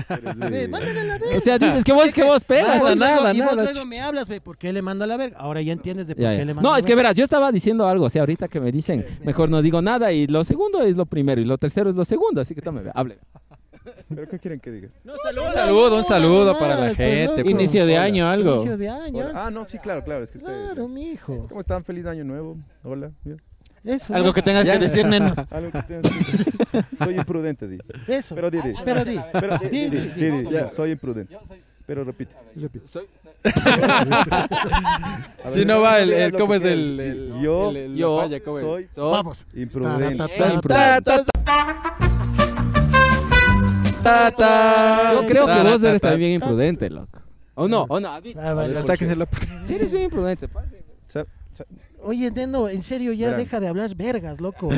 Ve, mándale a la verga. O sea, dices que vos, que vos Ah, pegas. vos chico. nada, luego- y vos nada, luego chucha. me hablas, ve, ¿por qué le mando a la verga? Ahora ya entiendes de por Ya, qué ya. le mando No, a es la que verga. verás, yo estaba diciendo algo, o sea, ahorita que me dicen, mejor no digo nada y lo segundo es lo primero y lo tercero es lo segundo, así que tome, ve, hable. ¿Pero qué quieren que diga? Un saludo, un saludo para la Pues, gente. loco. pues. Inicio de año, algo. Inicio de año. Ah, no, sí, claro, claro, es que ustedes... Claro, mijo. ¿Cómo están? Feliz año nuevo. Hola. bien. Eso, Algo que tengas que decir, neno. Algo que tengas que- Soy imprudente, di. Eso. Pero di, di. Pero di. Pero di, Di, di, di, di, di, ya, soy imprudente. Pero repite. Si no va, el, el- ¿cómo es el. el- Yo el- el- la Yo falla, ¿cómo es? soy So- Vamos. imprudente. Ta, ta, Eh, Ta, ta, ta, Ah, ta. Yo creo que Ta, vos ta, eres ta. también imprudente, loco. O no, o no, a mí- Ah, vale. Ya sáquese la puta. Sí eres bien imprudente, padre. Sa- sa- Oye, Neno, en serio, ya Verán. deja de hablar vergas, loco.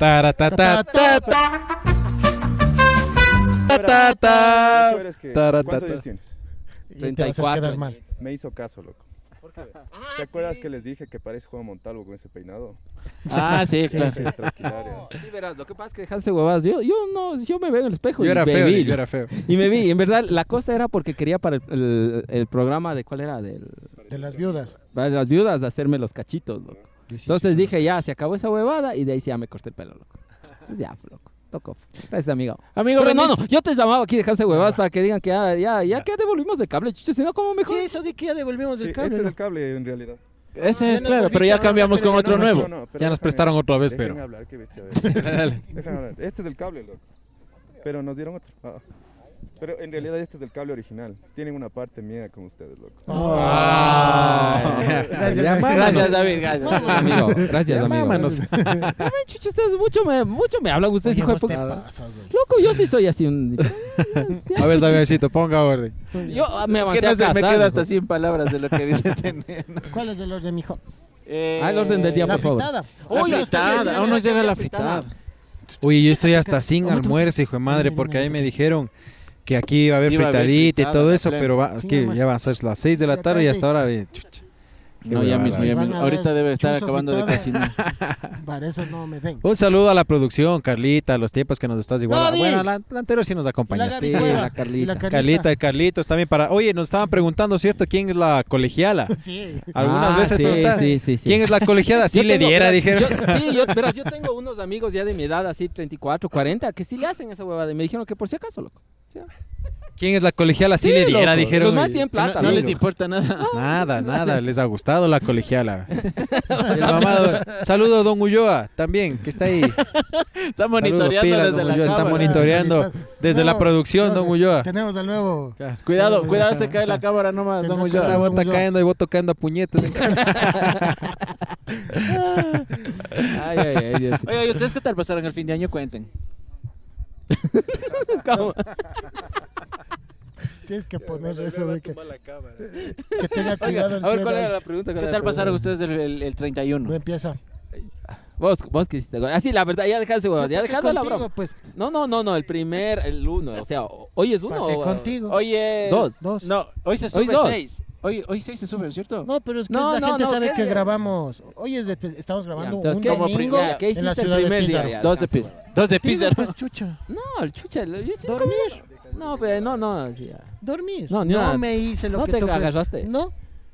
Tara, ta, ta, ta, ta. Ta, ta, Lo ta. chévere es que- Ta, ta, ¿Cuántos Ah, ta. años tienes? Y te vas a 34. quedar mal. Me hizo caso, loco. Ah, ¿Te acuerdas que les dije que parece Juan Montalvo con ese peinado? Ah, sí, claro. Tranquilaria. Sí, verás, lo que pasa es que dejarse huevadas. Yo, yo no, yo me veo en el espejo Yo y era me feo, vi, yo era feo. Y me vi, en verdad, la cosa era porque quería para el, el- el programa de, ¿cuál era? Del, De las viudas. para las viudas, de hacerme los cachitos, loco. Entonces dije, ya, se acabó esa huevada y de ahí sí ya me corté el pelo, loco. Entonces ya, loco, loco. Gracias, amigo. Amigo, Pero no, bendice- no, yo te llamaba aquí, dejarse huevadas para que digan que ya, ya, ya que devolvimos el cable, chucho, si no, ¿cómo mejor? Sí, eso di que ya devolvimos Sí, el este cable. es ¿no? el cable, en realidad. Ese Ya es nos claro, pero ya volviste a cambiamos con otro No, no, nuevo. no, no, pero Ya nos déjame- prestaron otra vez, Dejen pero. hablar, qué bestia. Dale. Déjame hablar. Este es el cable, loco. Pero nos dieron otro. Ah. Pero en realidad este es el cable original. Tienen una parte mía con ustedes, loco. Ya, Gracias, David, gracias. Amigo, gracias, Ya, amigo. mámanos. Ay, chucho, ustedes mucho me, mucho me hablan, ustedes, Oye, hijo de vos te puta. pasas, güey. Loco, yo sí soy así un... A ver, Davidcito, ponga orden. Yo ah, me Es avancé que no a se me casar, queda hijo. hasta 100 palabras de lo que dices. ¿Cuál es el orden, mijo? Eh, Ah, el orden del día, La por favor. fritada. Uy, Oye, la fritada, aún no llega la fritada. fritada. Uy, yo estoy hasta sin almuerzo, hijo de madre, porque ahí me dijeron que aquí iba a haber Iba a haber fritadita y fritada, todo la eso, plena. pero va, Sí, que nomás. ya van a ser las 6 de la La tarde y tarde. hasta ahora. ve, chucha. No, ya mismo, ya Van mismo. a ver Ahorita debe estar chuzo acabando de fritada. cocinar. Para eso no me den. Un saludo a la producción, Carlita, a los tiempos que nos estás igual. Gaby. Bueno, la, la anterior sí nos acompañaste. Gaby. Gaby Cueva la Carlita. y la Carlita, el Carlitos también para. Oye, nos estaban preguntando, ¿cierto? ¿Quién es la colegiala? Sí. Algunas Ah, veces sí, preguntan, sí, sí, sí. ¿Quién es la colegiada? Sí Yo le tengo- diera, verás, dijeron. yo- sí, yo, verás, yo tengo unos amigos ya de mi edad, así 34, 40, que sí le hacen esa huevada. Y me dijeron que por si acaso, loco. O sea, ¿Quién es la colegiala? Sí, Sí, le diera, loco. dijeron. Los más tienen plata, No Sí, les loco. importa nada. Nada, nada, les ha gustado la colegiala. El mamado. Saludo a Don Ulloa también, que está ahí. Está Saludo, monitoreando pilas, desde Don la Ulloa, Está cámara. monitoreando desde No, la producción, no, Don Ulloa. Tenemos al nuevo. Cuidado, cuidado, se cae la cámara nomás, don Tenemos que Esa Ulloa. Don saber- va Ulloa. atacando y vos tocando a puñetas. Ah. Ay, ay, ay, Dios. Oye, ¿y ustedes qué tal pasaron el fin de año? Cuenten. ¿Cómo? Tienes que poner eso, güey, que, que tenga cuidado el A ver, pie ¿cuál de- era la pregunta? ¿Qué tal pasaron ustedes el, el- el No 31? empieza. Vos, vos que hiciste. Ah, sí, la verdad, ya dejaste, huevos, ya dejando la Contigo, broma. pues, No, no, no, no, el primer, el uno. O sea, o- hoy es uno. pasé o- contigo. Hoy es... Dos. Dos. No, hoy se Hoy sube dos. seis. Hoy, hoy seis se sube, ¿cierto? No, pero es que No, la no, gente no, sabe ¿qué? que grabamos. Hoy es de- pues, estamos Ya, grabando entonces, un ¿qué, domingo ya, ¿qué en la hiciste el ciudad de primer día? Pizarro. Ya, dos, de alcanza, pi- dos de Sí, Pizarro. pues, chucha, No, el chucha, el- yo sí comí. dormir, No, pero no, no, sí, ya. dormir. No, ni nada. me hice lo No que te tú crees. agarraste. No,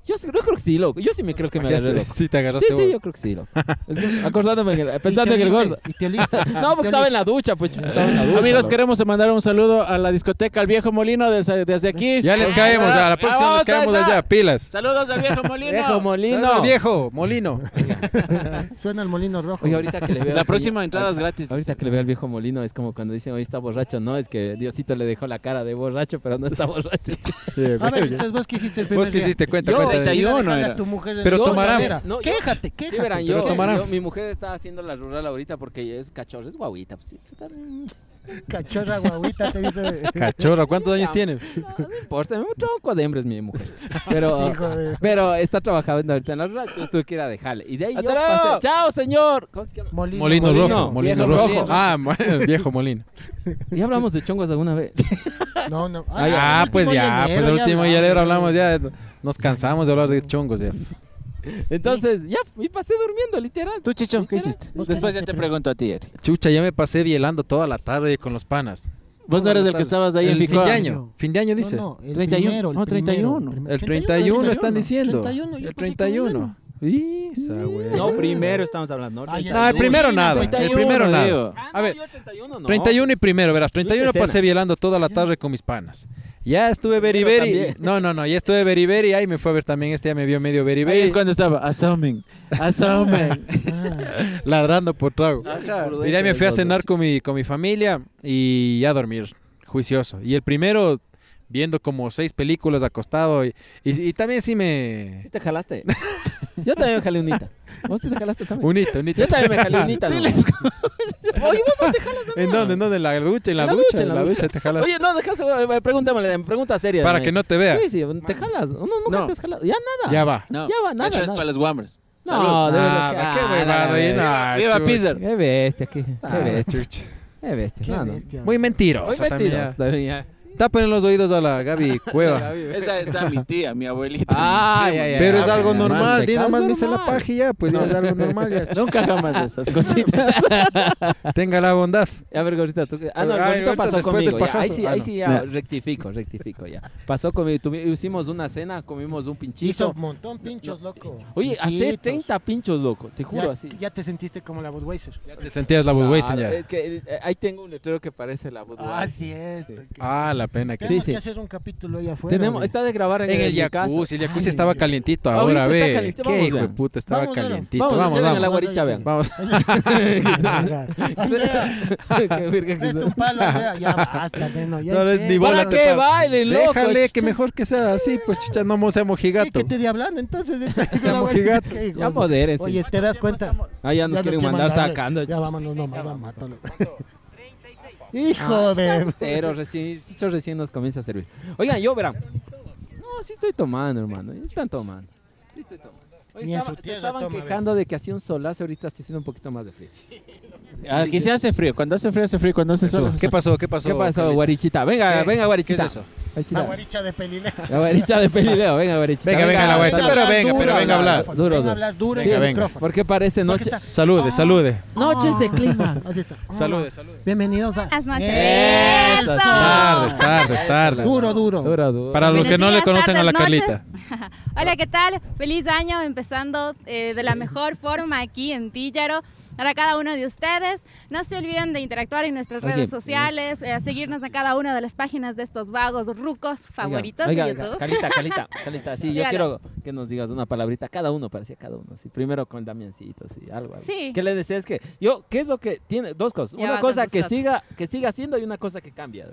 Yo, sí- yo creo que sí, loco. Yo sí me creo que me agarré loco. Sí, Sí, te agarraste sí, vos. yo creo que sí, loco. Es que acordándome, en el- y te pensando en el oliste, gordo. Y te oliste. No, porque estaba en la ducha, pues estaba en la ducha. Amigos, loco. queremos mandar un saludo a la discoteca El Viejo Molino desde, desde aquí. Ya les caemos, a la próxima les caemos allá, pilas. Saludos al Viejo Molino. Viejo Saludos al Molino. Viejo, Molino. Suena el molino rojo. Oye, ahorita que le veo. La al próxima señor- entrada es gratis. Ahorita que le veo al viejo Molino es como cuando dicen hoy está borracho, no, es que Diosito le dejó la cara de borracho, pero no está borracho. a ver, entonces vos qué hiciste el primer Vos que día? hiciste, cuenta, Yo, cuenta. 31 Yo dejarle a era. tu mujer en Pero la tomarán. regadera. No, yo- quéjate, quéjate. Sí, verán, yo, Pero tomará. yo- mi mujer está haciendo la rural ahorita porque ella es cachorro, es guaguita. Pues, sí, sí, está- no, Cachorra guaguita te dice. Cachorra, ¿cuántos años tiene? no importa, es un tronco de hembra es mi mujer. Pero, Sí, joder. pero está trabajando ahorita en la rural, entonces tuve que ir a dejarle. Y de ahí yo ¡Hasta luego! pasé, chao señor. ¿Cómo se llama? Molino, Molino Molino. Rojo, Molino Viejo Rojo. Molino. Ah, mo- el Viejo Molino. Ya hablamos de chongos alguna vez. No, no. Ah, ya, Ah, pues ya, pues el último y enero ahora hablamos ya. Nos cansamos de hablar de chongos ya. Entonces, ya, y pasé durmiendo, literal. Tú, Chicho, ¿qué Literal. hiciste? Después ya te pregunto a ti, Eric. Chucha, ya me pasé bielando toda la tarde con los panas. Vos no eres el que estabas ahí en El fin Ficoa. de año. Fin de año No, dices. no, el 31. primero, el No, 31. primero, El 31 están 31, diciendo. 31, yo El pensé que 31. Isa, güey. No, primero estamos hablando. ¿no? Ah, ya. No, el primero nada. El 31, primero nada. digo. Ah, A ver, yo 31 no. 31 y primero, verás. 31 cena. pasé bielando toda la tarde con mis panas. Ya estuve Primero beriberi. también. No, no, no. Ya estuve beriberi. Ahí me fue a ver también. Este ya me vio Ahí medio es beriberi. cuando estaba. Asomen. Asomen. Ladrando por trago. Ajá. Y de ahí me fui a cenar con mi, con mi familia y ya a dormir, juicioso. Y el primero, viendo como seis películas acostado. Y, y- y también sí Sí me... te jalaste. Yo también me jalé unita. ¿Vos sí te jalaste también? Unito, unito. Yo también me jalé unita. ¿no? Oye, vos no te jalas también. ¿En dónde? ¿En dónde? ¿En la ducha? ¿En la, ducha? ¿En la ducha te jalas? Oye, no, dejas, eh, pregúntame, eh, pregunta seria. para me- que no te vea. Sí, sí, te jalas. No, nunca No. te has jalado. Ya nada. Ya va. No. Ya va, nada, Eso es nada. para los Wambers. No, de verdad. Nada, que- qué eh, ah, huevada, la ahí, bestia. nah, ¡Viva chuch. Pizarro! Qué bestia, qué, qué Ah, bestia. chuch. Qué bestia. Qué no, no. bestia. Muy Hoy mentirosa también. mentiras. también ya. ya. Tapen los oídos a la Gaby Cueva. Esa está mi tía, mi abuelita. Ay, ay, ay. Pero es Ah, algo normal, normal. de Di cada nomás me hice la normal. paja y ya, pues no, es algo normal. ya. Nunca jamás esas cositas. Tenga la bondad. A ver, Gorita, tú. qué- Ah, no, el Ay, Gorito ahorita pasó después del conmigo. ya, ahí pajazo. sí, Ah, ahí no. sí, ya, rectifico, rectifico, ya. Pasó conmigo. tuvi- hicimos una cena, comimos un Hizo pinchito. un montón pinchos, loco. Oye, hace Pinchitos. 30 pinchos, loco, te juro Ya, así. ya te sentiste como la Budweiser. Te sentías la Claro, Budweiser ya. es que eh, ahí tengo un letrero que parece la Budweiser. Ah, cierto. que- Ah, la pena que. Tenemos sí. que hacer un capítulo ahí afuera. Tenemos, güey. está de grabar en, En el mi casa. jacuzzi, el jacuzzi Ay, estaba ya. calientito Ahorita ahora, está ve. caliente, Qué vamos, hijo de vean. puta, estaba Vamos, vean. calientito. Vamos, Vamos, lleven a la vamos. guaricha, vean. Vamos. Andrea, Qué virgen que presta son. un palo, Andrea. Ya basta, neno. Ya No, en es serio. ni bola ¿Para que qué pa- bailen, loco? Déjale que Chucha. mejor que sea así, pues chucha, no mo- sea ¿Qué, mojigato. que te di hablando? Entonces, esta es Sea una buena- mojigato. ¿Qué hijos? Ya modérense. Oye, ¿te das cuenta? ah, ya nos Ya quieren mandar nos quieren mandar, sacando. Ya chucha. vámonos nomás, vamos, mátalo. Hijo de... Pero recién, Chicho recién nos comienza a servir. Oigan, yo verán. No, sí estoy tomando, hermano. sí Están tomando. Sí estoy tomando. Oye, Ni en estaba- su se tierra estaban toma, quejando de que hacía un solazo, ahorita está haciendo un poquito más de frío. Ah, Aquí se hace frío. Cuando hace frío, hace frío. Cuando hace sol, hace ¿Qué sol. pasó? ¿Qué pasó? ¿Qué pasó, Carlita? guarichita? Venga, Oh, ¿Qué? venga, ¿Qué es guarichita. eso? Ah, Guarichita. La guaricha de Pelina. La guaricha de pelideo, venga, guarichita. Venga, venga, la guaricha, dale. pero venga, pero venga a hablar. Duro, Venga duro. a hablar duro Sí, en el venga. micrófono. Porque parece Porque noche. está- Salude, salude. Noches de clima. Así está. Salude, salude. Bienvenidos a... Buenas noches. ¡Eso! Tardes, tardes, tardes. Duro, duro. Duro, duro. Para los Buenos que no le días, conocen a la tardes, noches. Carlita. Hola, ¿qué tal? Feliz año, empezando eh, de la mejor forma aquí en Píllaro. para cada uno de ustedes. No se olviden de interactuar en nuestras Oye, redes sociales, eh, seguirnos en cada una de las páginas de estos vagos rucos favoritos Oiga, de oiga, YouTube. Carlita, Carlita, Carlita, sí, yo Dígalo. quiero que nos digas una palabrita cada uno, parecía cada uno, sí. Primero con el Damiancito, sí, algo. algo. Sí. ¿Qué le deseas que yo qué es lo que tiene dos cosas, Ya va una con cosa sus que cosas. siga que siga haciendo y una cosa que cambia.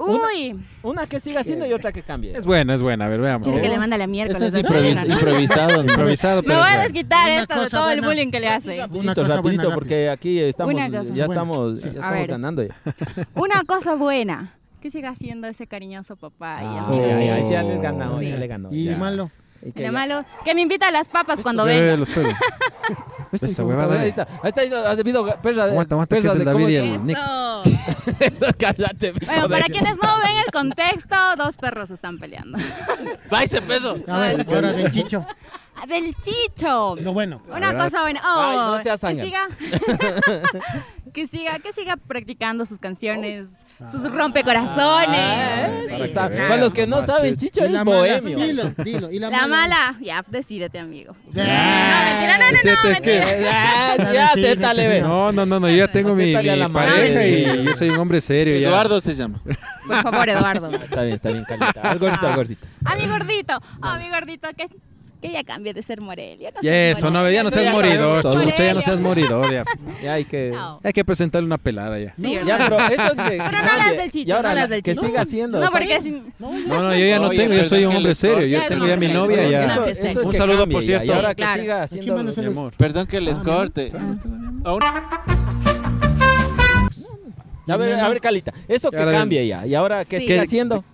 Uy, Una que siga haciendo y otra que cambie. Es buena, es buena. A ver, veamos. Es qué que le es. manda la miércoles. Eso es a esa improvis- señora, ¿no? improvisado. ¿no? Improvisado, Me pero voy es a buena. desquitar Una esto de cosa todo el buena. bullying que le hace. Una Rapidito, cosa buena, rapidito, rápido. porque aquí estamos Una ya cosa buena. estamos ya A estamos ver. ganando ya. Una cosa buena. Que siga siendo ese cariñoso papá y amigo. Ay, ay, ay, Oh. Ah, ya les ganó, ya le ganó. Y ya. malo. Y que Mira, ya- malo. Que me invita a las papas cuando Ve, ve, venga. los pelos. Pues Esa huevada. Ahí está, ahí está, ahí está, has debido perra de- Aguanta, aguanta, que perra es el de- ¿cómo David y se el- llama? Nick. Eso. Eso, cállate, Bueno, para quienes no ven el contexto, dos perros están peleando. ¡Váyase, peso! A ver, ahora del chicho. Ah, Del chicho. Lo bueno. Una cosa buena. Oh, Ay, no seas que ángel. siga. que siga, que siga practicando sus canciones, sus rompecorazones. Para, Sí. sa- para los que no saben, Chicho Y la es mala, bohemio. Dilo, dilo. Y la, La mala, ya, decídete, amigo. Ya. No, mentira, no, no, no, Decídete que- mentira. Ya, ya, Sí, Ah, acéptale, sí, ve. No, no, no, no, yo ya tengo mi, Acéptale a la mi madre. pareja y yo soy un hombre serio. ya. Eduardo se llama. Por favor, Eduardo. Está bien, está bien, Carlita. Al gordito, al gordito. A mi gordito, a mi gordito, que, que ya cambie de ser Morelia. no Y soy eso, Morelia. no, ya no seas Ya moridor, sabemos chucha, ya no todo. seas moridor. Ya. Ya hay que. No. Hay que presentarle una pelada ya. Sí, Ya, ¿verdad? pero eso es que. Pero no las del Y chicho, ahora no la- las del Que chicho. siga haciendo. No, está porque bien. sin... No, no, yo ya no Oye, tengo, yo perdón, soy un el hombre doctor- serio. Yo Ya es tengo ya mi hombre serio, novia es ya. un Eso, hombre eso serio. es Un que saludo, cambie por ya, cierto. Y ahora Sí, que claro. siga Aquí haciendo. manda mi amor. saludos. Perdón que Ah, les corte. A un- A ver, a ver, Calita. Eso que ahora- cambie ya. Y ahora que Sí. siga Que- haciendo.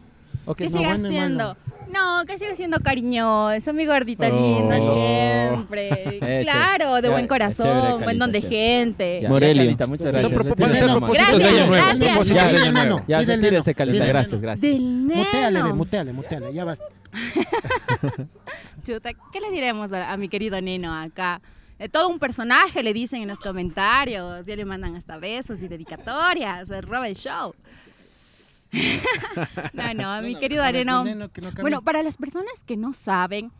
¿O Que qué? siga bueno y siendo. No, que siga siendo cariñoso, mi gordita Oh. linda Eso. siempre. Eh, claro, de chévere. buen Ya, corazón, chévere, buen Carlita, don de chévere. gente. Ya, Morelio. Calita, muchas Son gracias. propo- pueden ser Retírese, mamá. propósitos de Gracias, año nuevo. gracias. Propósitos de Pídele año mano, nuevo. Ya, pídele retírese, mano, Calita. pídele Gracias, mano. gracias. Del neno. Muteale, ve, muteale, muteale, ya basta. Chuta, ¿qué le diremos a, a mi querido neno acá? Eh, todo un personaje le dicen en los comentarios. Ya le mandan hasta besos y dedicatorias. eh, Roba el show. no, no, mi querido neno. Neno, que no cambie. Bueno, para las personas que no saben,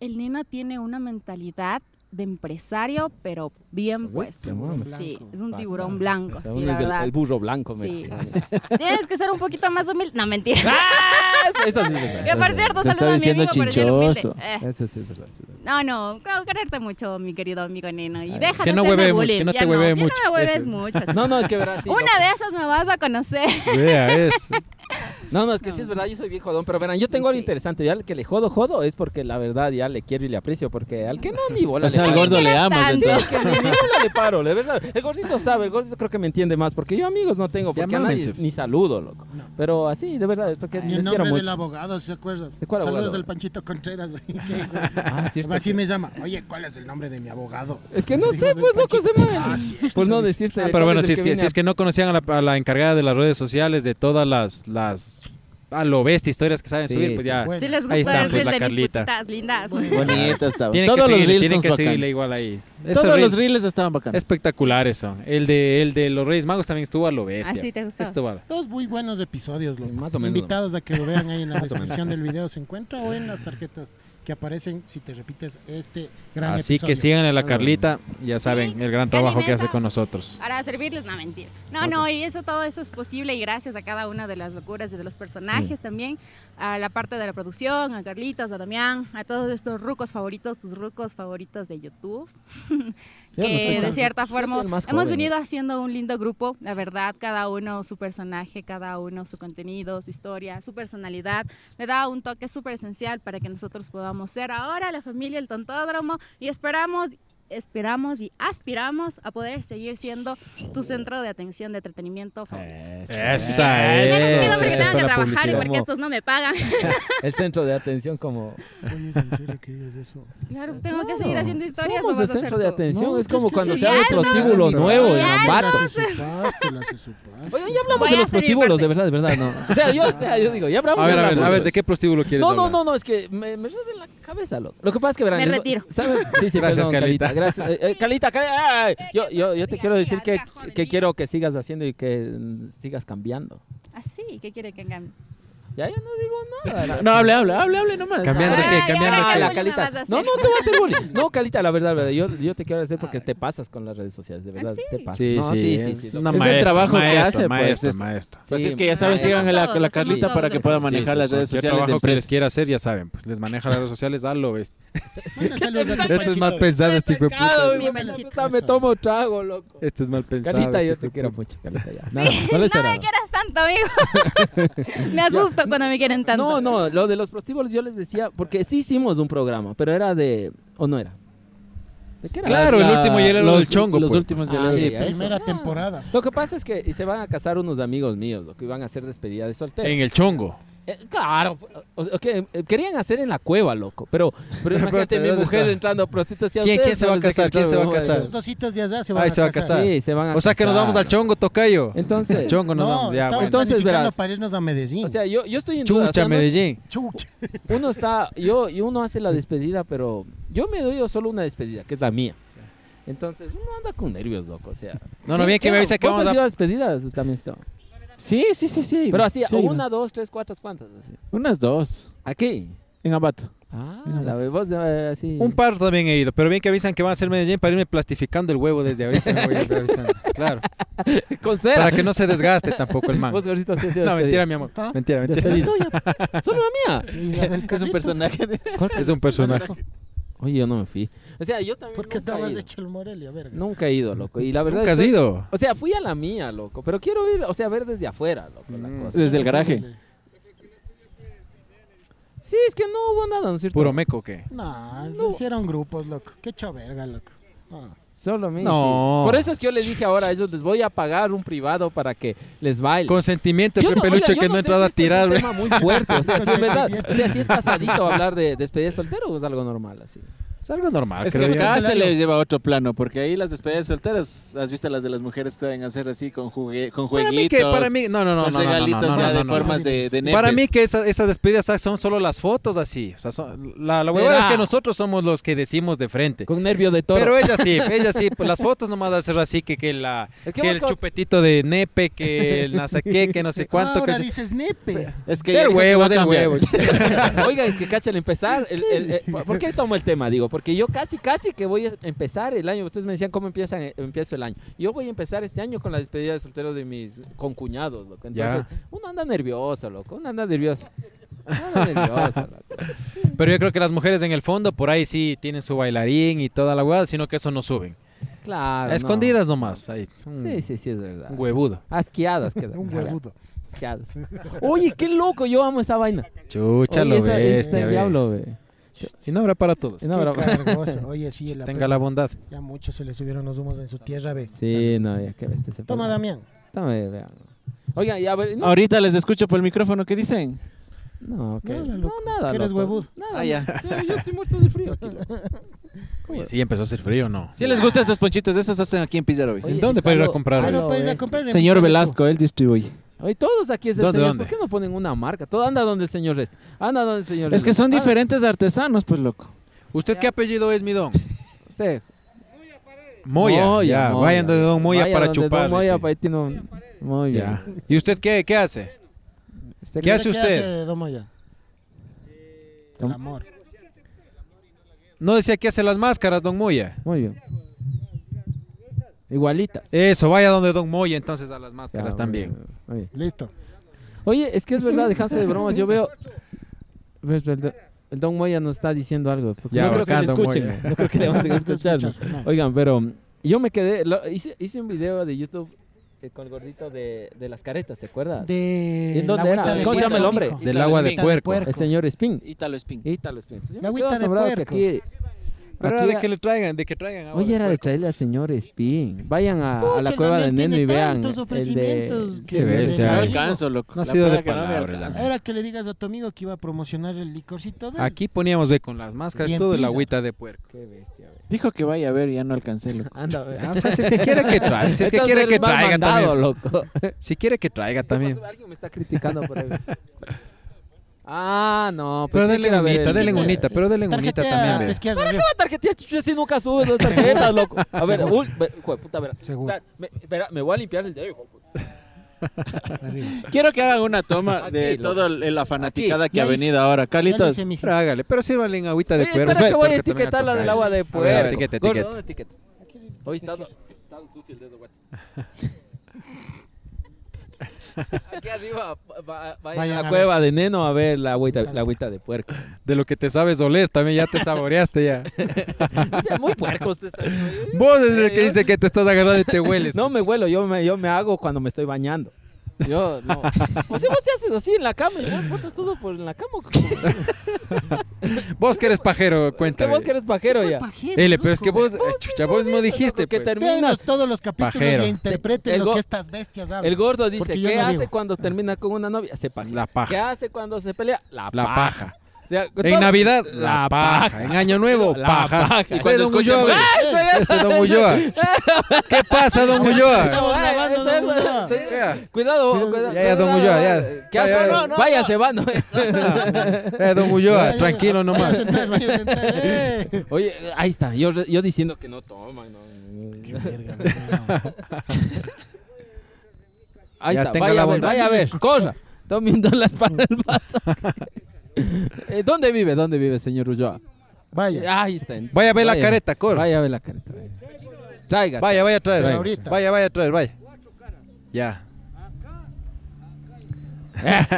el neno tiene una mentalidad de empresario, pero bien puesto. bueno. Sí, es un Pasado. tiburón blanco, O sea, sí, uno la es el- verdad. El burro blanco, me Sí. Tienes que ser un poquito más humilde. No, mentira. Ah, Eso sí es verdad. eso es Que por verdad. cierto, Te está saludo a mi diciendo amigo por ser humilde. chinchoso. Eh, Eso sí es verdad. eso es verdad. no, no, creo quererte mucho, mi querido amigo neno. Y Ay, deja que de no hacerme huevee mucho, bullying. que no ya te no, huevee ya mucho. no me hueves Eso. mucho. No, no, es que verdad, sí. Una de esas me vas a conocer. Vea, es. No, no, es que sí es verdad, yo soy bien jodón, pero verán, yo tengo algo Sí. interesante, ya al que le jodo, jodo, es porque la verdad ya le quiero y le aprecio, porque al que no, ni bola. O sea, le al paro. gordo le amas. tanto. entonces. Es que ni bola le paro, de verdad. El gordito sabe, el gordito creo que me entiende más, porque yo amigos no tengo, porque a nadie mámense. ni saludo, loco. Pero así, de verdad, es porque Y el les quiero nombre mucho. del abogado, ¿se acuerda? ¿De cuál Saludos abogado? al Panchito Contreras. güey, qué hijo. Ah, cierto Así que- me llama. Oye, ¿cuál es el nombre de mi abogado? Es que no Digo, sé, del pues loco, Panchito. se Ah, me... sí, esto Pues no dice. decirte... Ah, cuál pero bueno, el si es, que, viene si es a- que no conocían a la, a la encargada de las redes sociales, de todas las, las a lo bestia historias que saben Sí, subir, pues sí. ya. Bueno, Si les Ahí gustó está, el pues, reel la de mis Carlita. putitas lindas. Bonitas estaban. Tienen Todos que los seguir- reels son tienen que seguirle bacanes. igual ahí. Ese Todos reel los reels estaban bacanes. Espectaculares son. El de, el de los Reyes Magos también estuvo a lo bestia. Ah, sí, te gustó. Estuvo a- Dos muy buenos episodios, loco. Sí, más o menos, Invitados a que lo vean ahí en la descripción del video. ¿Se encuentra o en las tarjetas que aparecen si te repites este gran Así episodio? Ah, que sigan a la Carlita, ya saben, el gran trabajo que hace alimenta. con nosotros. Para servirles, no mentir. No, no, y eso todo eso es posible y gracias a cada una de las locuras y de los personajes también, a la parte de la producción, a Carlitos, a Damián, a todos estos rucos favoritos, tus rucos favoritos de YouTube. Yo no estoy que de tan- cierta yo soy forma el más hemos joven. venido haciendo un lindo grupo, la verdad, cada uno su personaje, cada uno su contenido, su historia, su personalidad, le da un toque súper esencial para que nosotros podamos ser ahora la familia El Tontódromo y esperamos esperamos y aspiramos a poder seguir siendo tu centro de atención de entretenimiento favorito. Esa Menos es. pido porque esa tengo fue que la trabajar y publicidad. porque estos Pues no me pagan. El centro de atención como... Oye, ¿es en serio que digas eso? Claro, tengo que seguir Claro. haciendo historias. o Somos el vas a centro ser de tú. atención. No, es es que como es cuando que se abre el ya no, prostíbulo sí, nuevo en ya no. Ambato. Las usurpaste, las usurpaste. Oye, ya hablamos Voy de a los hacer mi prostíbulos, parte. de verdad, de verdad, no. O sea, yo, o sea, yo digo, ya hablamos A ver, de a ver, a ver, prostíbulos. ¿de qué prostíbulo quieres No, no, hablar? no, no, es que me, me ruede la cabeza, loco. Lo que pasa es que verán. Me les- retiro. ¿saben? Sí, sí, Gracias, perdón, Calita. Calita. Gracias. Eh, eh, Calita, Calita, ay, ay, Yo, yo, yo te Diga, quiero decir diga, que, diga, joven, que diga. quiero que sigas haciendo y que mm, sigas cambiando. Así, ¿qué quiere que hagan? Ya, ya no digo nada. No, hable, hable, hable, hable nomás. Cambiando Ah, que, ya, cambiando ahora que. la bullying Calita. me vas a No, hacer. no te voy a hacer bullying. No, Calita, la verdad, la verdad, Yo, yo te quiero agradecer porque te pasas con las redes sociales, de verdad. Te pasas. ¿Ah, Sí, No, sí, sí, es sí, sí, loco. una ma- Es el Maestra, trabajo que maestra, hace, maestra, pues. es- maestra. Pues Sí, es que ya saben, maestra. sigan a la, Hacemos la todos, Carlita hacemos para todos, que pueda hacemos manejar todos. las redes Cualquier sociales de trabajo que les empresas. quiera hacer, ya saben, pues les maneja las redes sociales a lo bestia. Este es más pensado, este hijo de Pecado, puta. hijo de puta, me tomo trago, loco. Este es mal pensado. Carlita, yo este te hijo de quiero puta. mucho, Carlita, ya. Sí, Nada más, solo eso no era. me quieras tanto, amigo. me asusto cuando me quieren No, tanto. no, lo de los prostíbulos yo les decía, porque sí hicimos un programa, pero era de. ¿O no era? ¿De qué era? Claro, el último hielo era lo del chongo. los pues. últimos Ah, hielos. sí, Sí, a eso. Primera temporada. Lo que pasa es que se van a casar unos amigos míos, lo que iban a hacer despedida de soltero. En el chongo. Eh, claro, o sea, que, eh, querían hacer en la cueva, loco. Pero, pero imagínate pero mi ¿dónde mujer está? entrando a prostitución. ¿Quién- quién se va a casar? ¿Quién se va a casar? Los dositos de allá se van Ahí a se va a casar. casar. Sí, se van a O sea que nos casar. vamos al chongo, tocayo. Entonces, Chongo nos No, vamos, ya. estaban bueno. Entonces, planificando verás. para irnos a Medellín. o sea, yo, yo estoy en duda, o sea, Chucha, no es- Medellín. Chucha. uno está, yo y uno hace la despedida, pero yo me doy solo una despedida, que es la mía. Entonces, uno anda con nervios, loco, o sea. No, no, bien que me avisa que ¿Vos vamos has a. ido a despedidas también, Sito? sí, sí, sí, sí. Pero así, Sí, una, dos, tres, cuatro, ¿cuántas? Así. Unas dos. Aquí. En Ambato. Ah, la ve- vos eh, así. Un par también he ido, pero bien que avisan que van a ser Medellín para irme plastificando el huevo desde ahorita. me voy a ir avisando. Claro. con cera. Para que no se desgaste tampoco el man. Vos, Gorcito, sí has ido a No, mentira, despedidas. mi amor. Mentira, mentira. Despedidas. Solo la mía. Y la del Es un Carlitos. personaje de... Es un personaje. Oye, yo no me fui. O sea, yo también ¿Por qué nunca, he estabas ido. hecho el Morelia, verga? Nunca he ido, loco. Y la verdad Nunca has estoy- ido. O sea, fui a la mía, loco. Pero quiero ir, o sea, ver desde afuera, loco, la Mm. cosa. Desde el garaje. Sí, es que no hubo nada, ¿no es cierto? Puro meco, ¿o ¿qué? No, no hicieron grupos, loco. Qué hecho verga, loco. Ah. Solo a mí. No. sí. Por eso es que yo les dije ahora a ellos, les voy a pagar un privado para que les baile. Consentimiento, Yo el no- este peluche oiga, yo que no sé he entrado si a esto es tirar. un güey. tema muy fuerte, o sea, si es verdad. O sea, si es Consentimiento. pasadito hablar de despedida de soltero o es algo normal así. Es algo normal, Es que creo yo. Ah, acá se le lleva a otro plano, porque ahí las despedidas solteras, has visto las de las mujeres que saben hacer así con, jugue- con Para jueguitos, mí que, para mí, no, no, no, con no, no, no, regalitos no, no, ya no, de no, no. formas de, de Para nepes. mí que esa- esas despedidas ah, son solo las fotos así. O sea, son- la, la huevada Será. es que nosotros somos los que decimos de frente. Con nervio de toro. Pero ella sí, ella sí, pues las fotos nomás de hacer así que, que la Es que que, vos el con- chupetito de nepe, que el nasaqué, que no sé cuánto, Ahora que dices nepe. Es que del ya dijo que huevo, va a del cambiar. huevo. Oiga, es que cacha al empezar. el- el- eh, ¿por- ¿Por qué tomo el tema? Digo, porque yo casi, casi que voy a empezar el año. Ustedes me decían cómo empiezan, eh, empiezo el año. Yo voy a empezar este año con la despedida de solteros de mis concuñados, loco. Entonces, uno anda nervioso, loco. Uno anda nervioso. Uno anda nervioso, loco. Pero yo creo que las mujeres en el fondo por ahí sí tienen su bailarín y toda la huevada, sino que eso no suben. Claro. Ah, no. Escondidas nomás, ahí. Sí, sí, sí, es verdad. Un huevudo. Asqueadas quedan. Un huevudo. Asqueadas. Oye, qué loco. Yo amo esa vaina. Chucha, Oye, lo esa- esa bestia, diablo, ves. ve. Y no habrá para todos. Y no habrá- Qué cargoso. Oye, sí, la Tenga la bondad. ya muchos se le subieron los humos en su tierra, ve. Sí, no, ya que bestia se Toma, pone. Damián. Toma, vean. Oigan, ya, a ver, no, Ahorita les escucho por el micrófono, ¿qué dicen? No, ok. Nada, no, loco. nada. Que eres loco. huevudo. Nada. Ah, ya. Sí, yo estoy muerto de frío aquí. loco. Oye, sí, empezó a hacer frío, ¿no? Si les gustan esos ponchitos, esos hacen aquí en Pizarro. Oye, dónde está para ir a lo- comprar? a Ah, lo no, para ir a bestia. comprar en Señor Picareco. Velasco, él distribuye. Oye, todos aquí es el ¿Dónde, señor. dónde? ¿Por qué no ponen una marca? Todo anda donde el señor resta. Anda donde el señor Es que son Resta. Ah, diferentes artesanos, pues loco. ¿Usted qué apellido es, mi don? usted. Moya. Moya. ya, vayan de don Moya Vaya para donde don chupar. Moya dice. para ahí tiene un- Muy bien. Ya. ¿Y usted qué, qué hace? Usted ¿Qué cree- hace ¿Qué usted? hace Domoya? El Tom- amor. No decía que hace las máscaras, don Moya. Muy bien. Igualitas. Eso, vaya donde don Moya entonces a las Ya, máscaras muy también. bien, muy bien. Listo. Oye, es que es verdad, dejarse de bromas. Yo veo. Ves, El, don- el Don Moya nos está diciendo algo. porque Ya, no creo que le bacán, don escuchen. Moya. No creo que le vamos a escuchar. ¿no? Escuchas, no. Oigan, pero mm, yo me quedé. lo- hice, hice un video de YouTube eh, con el gordito de, de las caretas, ¿te acuerdas? De ¿En dónde la era? agüita de ¿Cómo se llama el puerco, hombre? mijo. Del agua de Agüita puerco. El señor Spin. Ítalo Spin. Ítalo Spin. Entonces, yo La me quedaba agüita de asombrado que puerco. aquí. Pero aquí era de a- que le traigan, de que traigan. agua Oye, era de puerco. traerle al señor Spin. Vayan a, a la Pucha, cueva de también tiene Neno y vean. tantos El ofrecimientos. de... Qué Sí, bestia. de- No Ay. alcanzo, loco. No ha La sido de pena que no me palabras, alcanza. Ahora que le digas a tu amigo que iba a promocionar el licorcito de él. Aquí poníamos ve con las máscaras Bien todo el pizza. agüita de puerco. Qué bestia, güey. Dijo que vaya a ver, ya no alcancé, loco. Anda, a ver. Ah, o sea, si es que quiere que traiga, si es que Entonces, quiere que eres mal traiga mandado, también. loco. Si quiere que traiga también. Alguien me está criticando por ahí. Ah, no. Pero denle quiero ver unita, el- denle ¿Qué? unita, pero denle unita Tarjetea a tu también. ve. izquierda, ¿Para qué Río. va a tarjetear chuchu si nunca sube dos tarjetas, loco? A ver, ul, ve- hijo de puta, verá. Seguro. Espera, me, espera, me voy a limpiar el dedo, hijo de puta. Quiero que hagan una toma de Aquí, loco. toda la fanaticada Aquí. que ha Ya hice. venido ahora. Carlitos, hice, Pero hágale, pero sírvale en agüita de Oye, cuervo. espera que voy a porque también etiquetar la antoja. del agua A de ver, puerco. Etiqueta, Gordo, etiqueta. ¿dónde etiqueta? Hoy está está sucio el dedo, guate. Aquí arriba, va- va- vayan Vayan a a la ver. cueva de neno a ver la agüita, la agüita de puerco. De lo que te sabes oler, también ya te saboreaste ya. O sea, muy puerco usted está. Vos es el que dice que te estás agarrando y te hueles. No me huelo, yo me, yo me hago cuando me estoy bañando. Yo no. O sea, vos te haces así en la cama y vos botas todo por en la cama. Vos que eres pajero, Que cuéntame. vos que eres pajero ya. Ele, pero es que vos, eh, chucha, vos no dijiste. que pues. terminas todos los capítulos Pajero. y interpreten El lo go- que estas bestias hablan. El gordo dice, Porque yo ¿qué no hace digo. cuando termina con una novia? Se paja. La paja. ¿Qué hace cuando se pelea? La, La paja. paja. O sea, En todo- Navidad, la paja. En Año Nuevo, La pajas. paja. Ese Y cuando don escucha, Ulloa, ¡Ay, güey. Ese don Ulloa. ¿Qué pasa, don Ulloa? Estamos Ay, grabando, ese- don Ulloa. ese- Cuidado, cuidado. Ya, ya, don Ulloa, ya. ¿Qué hace? Ya, ya, No, no, Vaya, se va, ¿no? Eh, don Ulloa, tranquilo nomás. Oye, ahí está. Yo, yo diciendo que no toman. No. ahí Ya está. tenga Vaya la a ver, bondad. vaya a ver. Corra. Tome un dólar para el pasaje. Eh, ¿Dónde vive? ¿Dónde vive, señor Ulloa? Vaya. Ahí está. Vaya a ver la careta, corra. Vaya a ver la careta. vaya. Traiga. Vaya, vaya a traer. Traiga. Vaya, vaya, vaya a traer, vaya. Ya. Eso.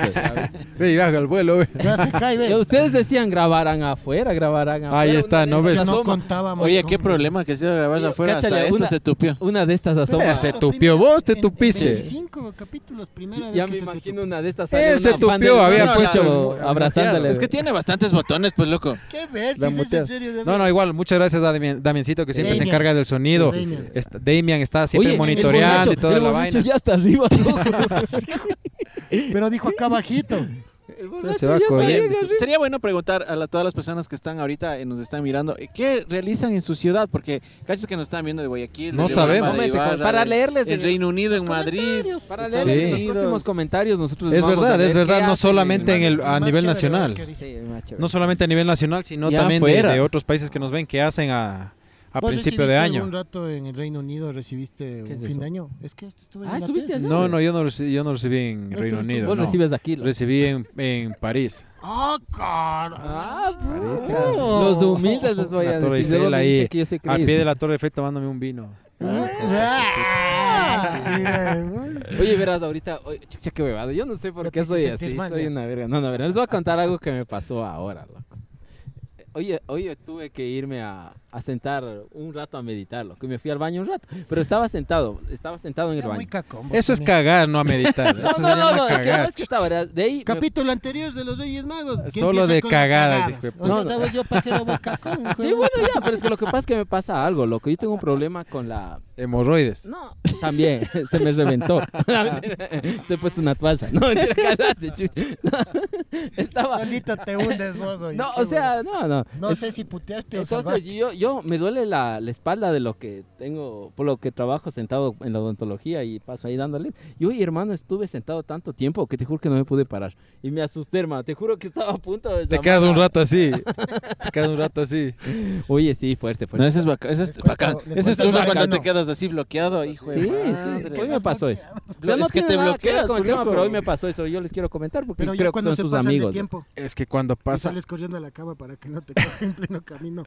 Ve y baja el vuelo, ve. Ya se cae, ve. Eh, Ustedes decían grabarán afuera, grabarán afuera. Ahí está, ¿no Una de ves? estas No asoma. contábamos. oye, con qué eso. problema que se grabar Yo- afuera. Hasta cáchale, esto una- se tupió. Una de estas asoma. Eh, Se tupió, vos te En- tupiste. 25 capítulos, primera vez Ya que me se te imagino una de estas. sale Él se una fan tupió, del- había no, puesto- ya, abrazándole. Es que tiene bastantes botones, pues loco. tup- Qué ver, La si es muteas. en serio. de No, ver. no, igual, muchas gracias a Damien- Damiencito que siempre se Damian. encarga del sonido. Sí, sí, sí. Está- Damian está siempre Oye, monitoreando y el toda la borracho vaina. ya está arriba. Pero dijo acá bajito. se va a Oye, correr. sería bueno preguntar a la- todas las personas que están ahorita y nos están mirando, eh, ¿qué realizan en su ciudad? Porque cachas que nos están viendo de Guayaquil, No de Riobamba, sabemos. de Momento, Ibarra, para de- leerles en el- Reino Unido, en Madrid. Para Estados leerles en los Unidos. próximos comentarios nosotros les Es vamos a verdad, leer es qué verdad, no hacen. solamente en el, a Más nivel chévere, nacional. ¿verdad? Que dice. Sí, más chévere. No solamente a nivel nacional, sino Ya también de, fuera. de otros países que nos ven que hacen a, a ¿Vos principio de recibiste año. algún rato en el Reino Unido recibiste un es fin eso? de año? Es que este estuve Ah, en la ¿estuviste tele. allá? No, no, yo no, reci- yo no recibí en No Reino estuviste- Unido. Vos no. recibes aquí. lo- Recibí en, en París. ¡Ah, cara! Ah, Los humildes les voy La a Torre decir. Luego Eiffel me ahí, dicen que yo soy Al pie creído. de la Torre Eiffel tomándome un vino. Oye, verás, ahorita, oye, chucha, qué huevada. Yo no sé por Ya qué te hice soy sentir así. mal, soy ya. una verga. No, no, verás, les voy a contar algo que me pasó ahora, loco. Eh, Oye, oye, tuve que irme a, a sentar un rato a meditar, loco. Y me fui al baño un rato. Pero estaba sentado, estaba sentado en el Muy baño. cacombo. Eso es también. cagar, no a meditar. Eso No, se no, no, llama no, es que no cagar, es que estaba, verás, De ahí. me- Capítulo anterior de los Reyes Magos. que Solo empieza de con las cagadas, O dijo. sea, estabas yo pajero vos cacón. Sí, bueno, ya, pero es que lo que pasa es que me pasa algo, loco. Yo tengo un problema con la. Hemorroides. No, también, se me reventó. Te he puesto una toalla. No, mentira, cállate, chucha. Estaba. Solito te hundes vos hoy. No, o sea, no, no. No Es- sé si puteaste o Entonces salvaste. yo, yo me duele la, la espalda de lo que tengo, por lo que trabajo sentado en la odontología y paso ahí dándole. Y hoy, hermano, estuve sentado tanto tiempo que te juro que no me pude parar. Y me asusté, hermano. Te juro que estaba a punto de Te llamar quedas a- un rato así. Te quedas un rato así. Oye, sí, fuerte, pues. fuerte. No, ese es bacán. Ese es, Les cuento- bacán. Ese les es cuento turno bacano. cuando te quedas así bloqueado, hijo de Sí, madre. sí. Hoy me pasó eso. O sea, Es no que tiene te nada que ver bloqueas, con el tema, pulpo. pero hoy me pasó eso. Yo les quiero comentar porque Pero ya creo que cuando son se sus pasan amigos. de tiempo, Es que cuando y pasa. sales corriendo a la cama para que no te coja en pleno camino.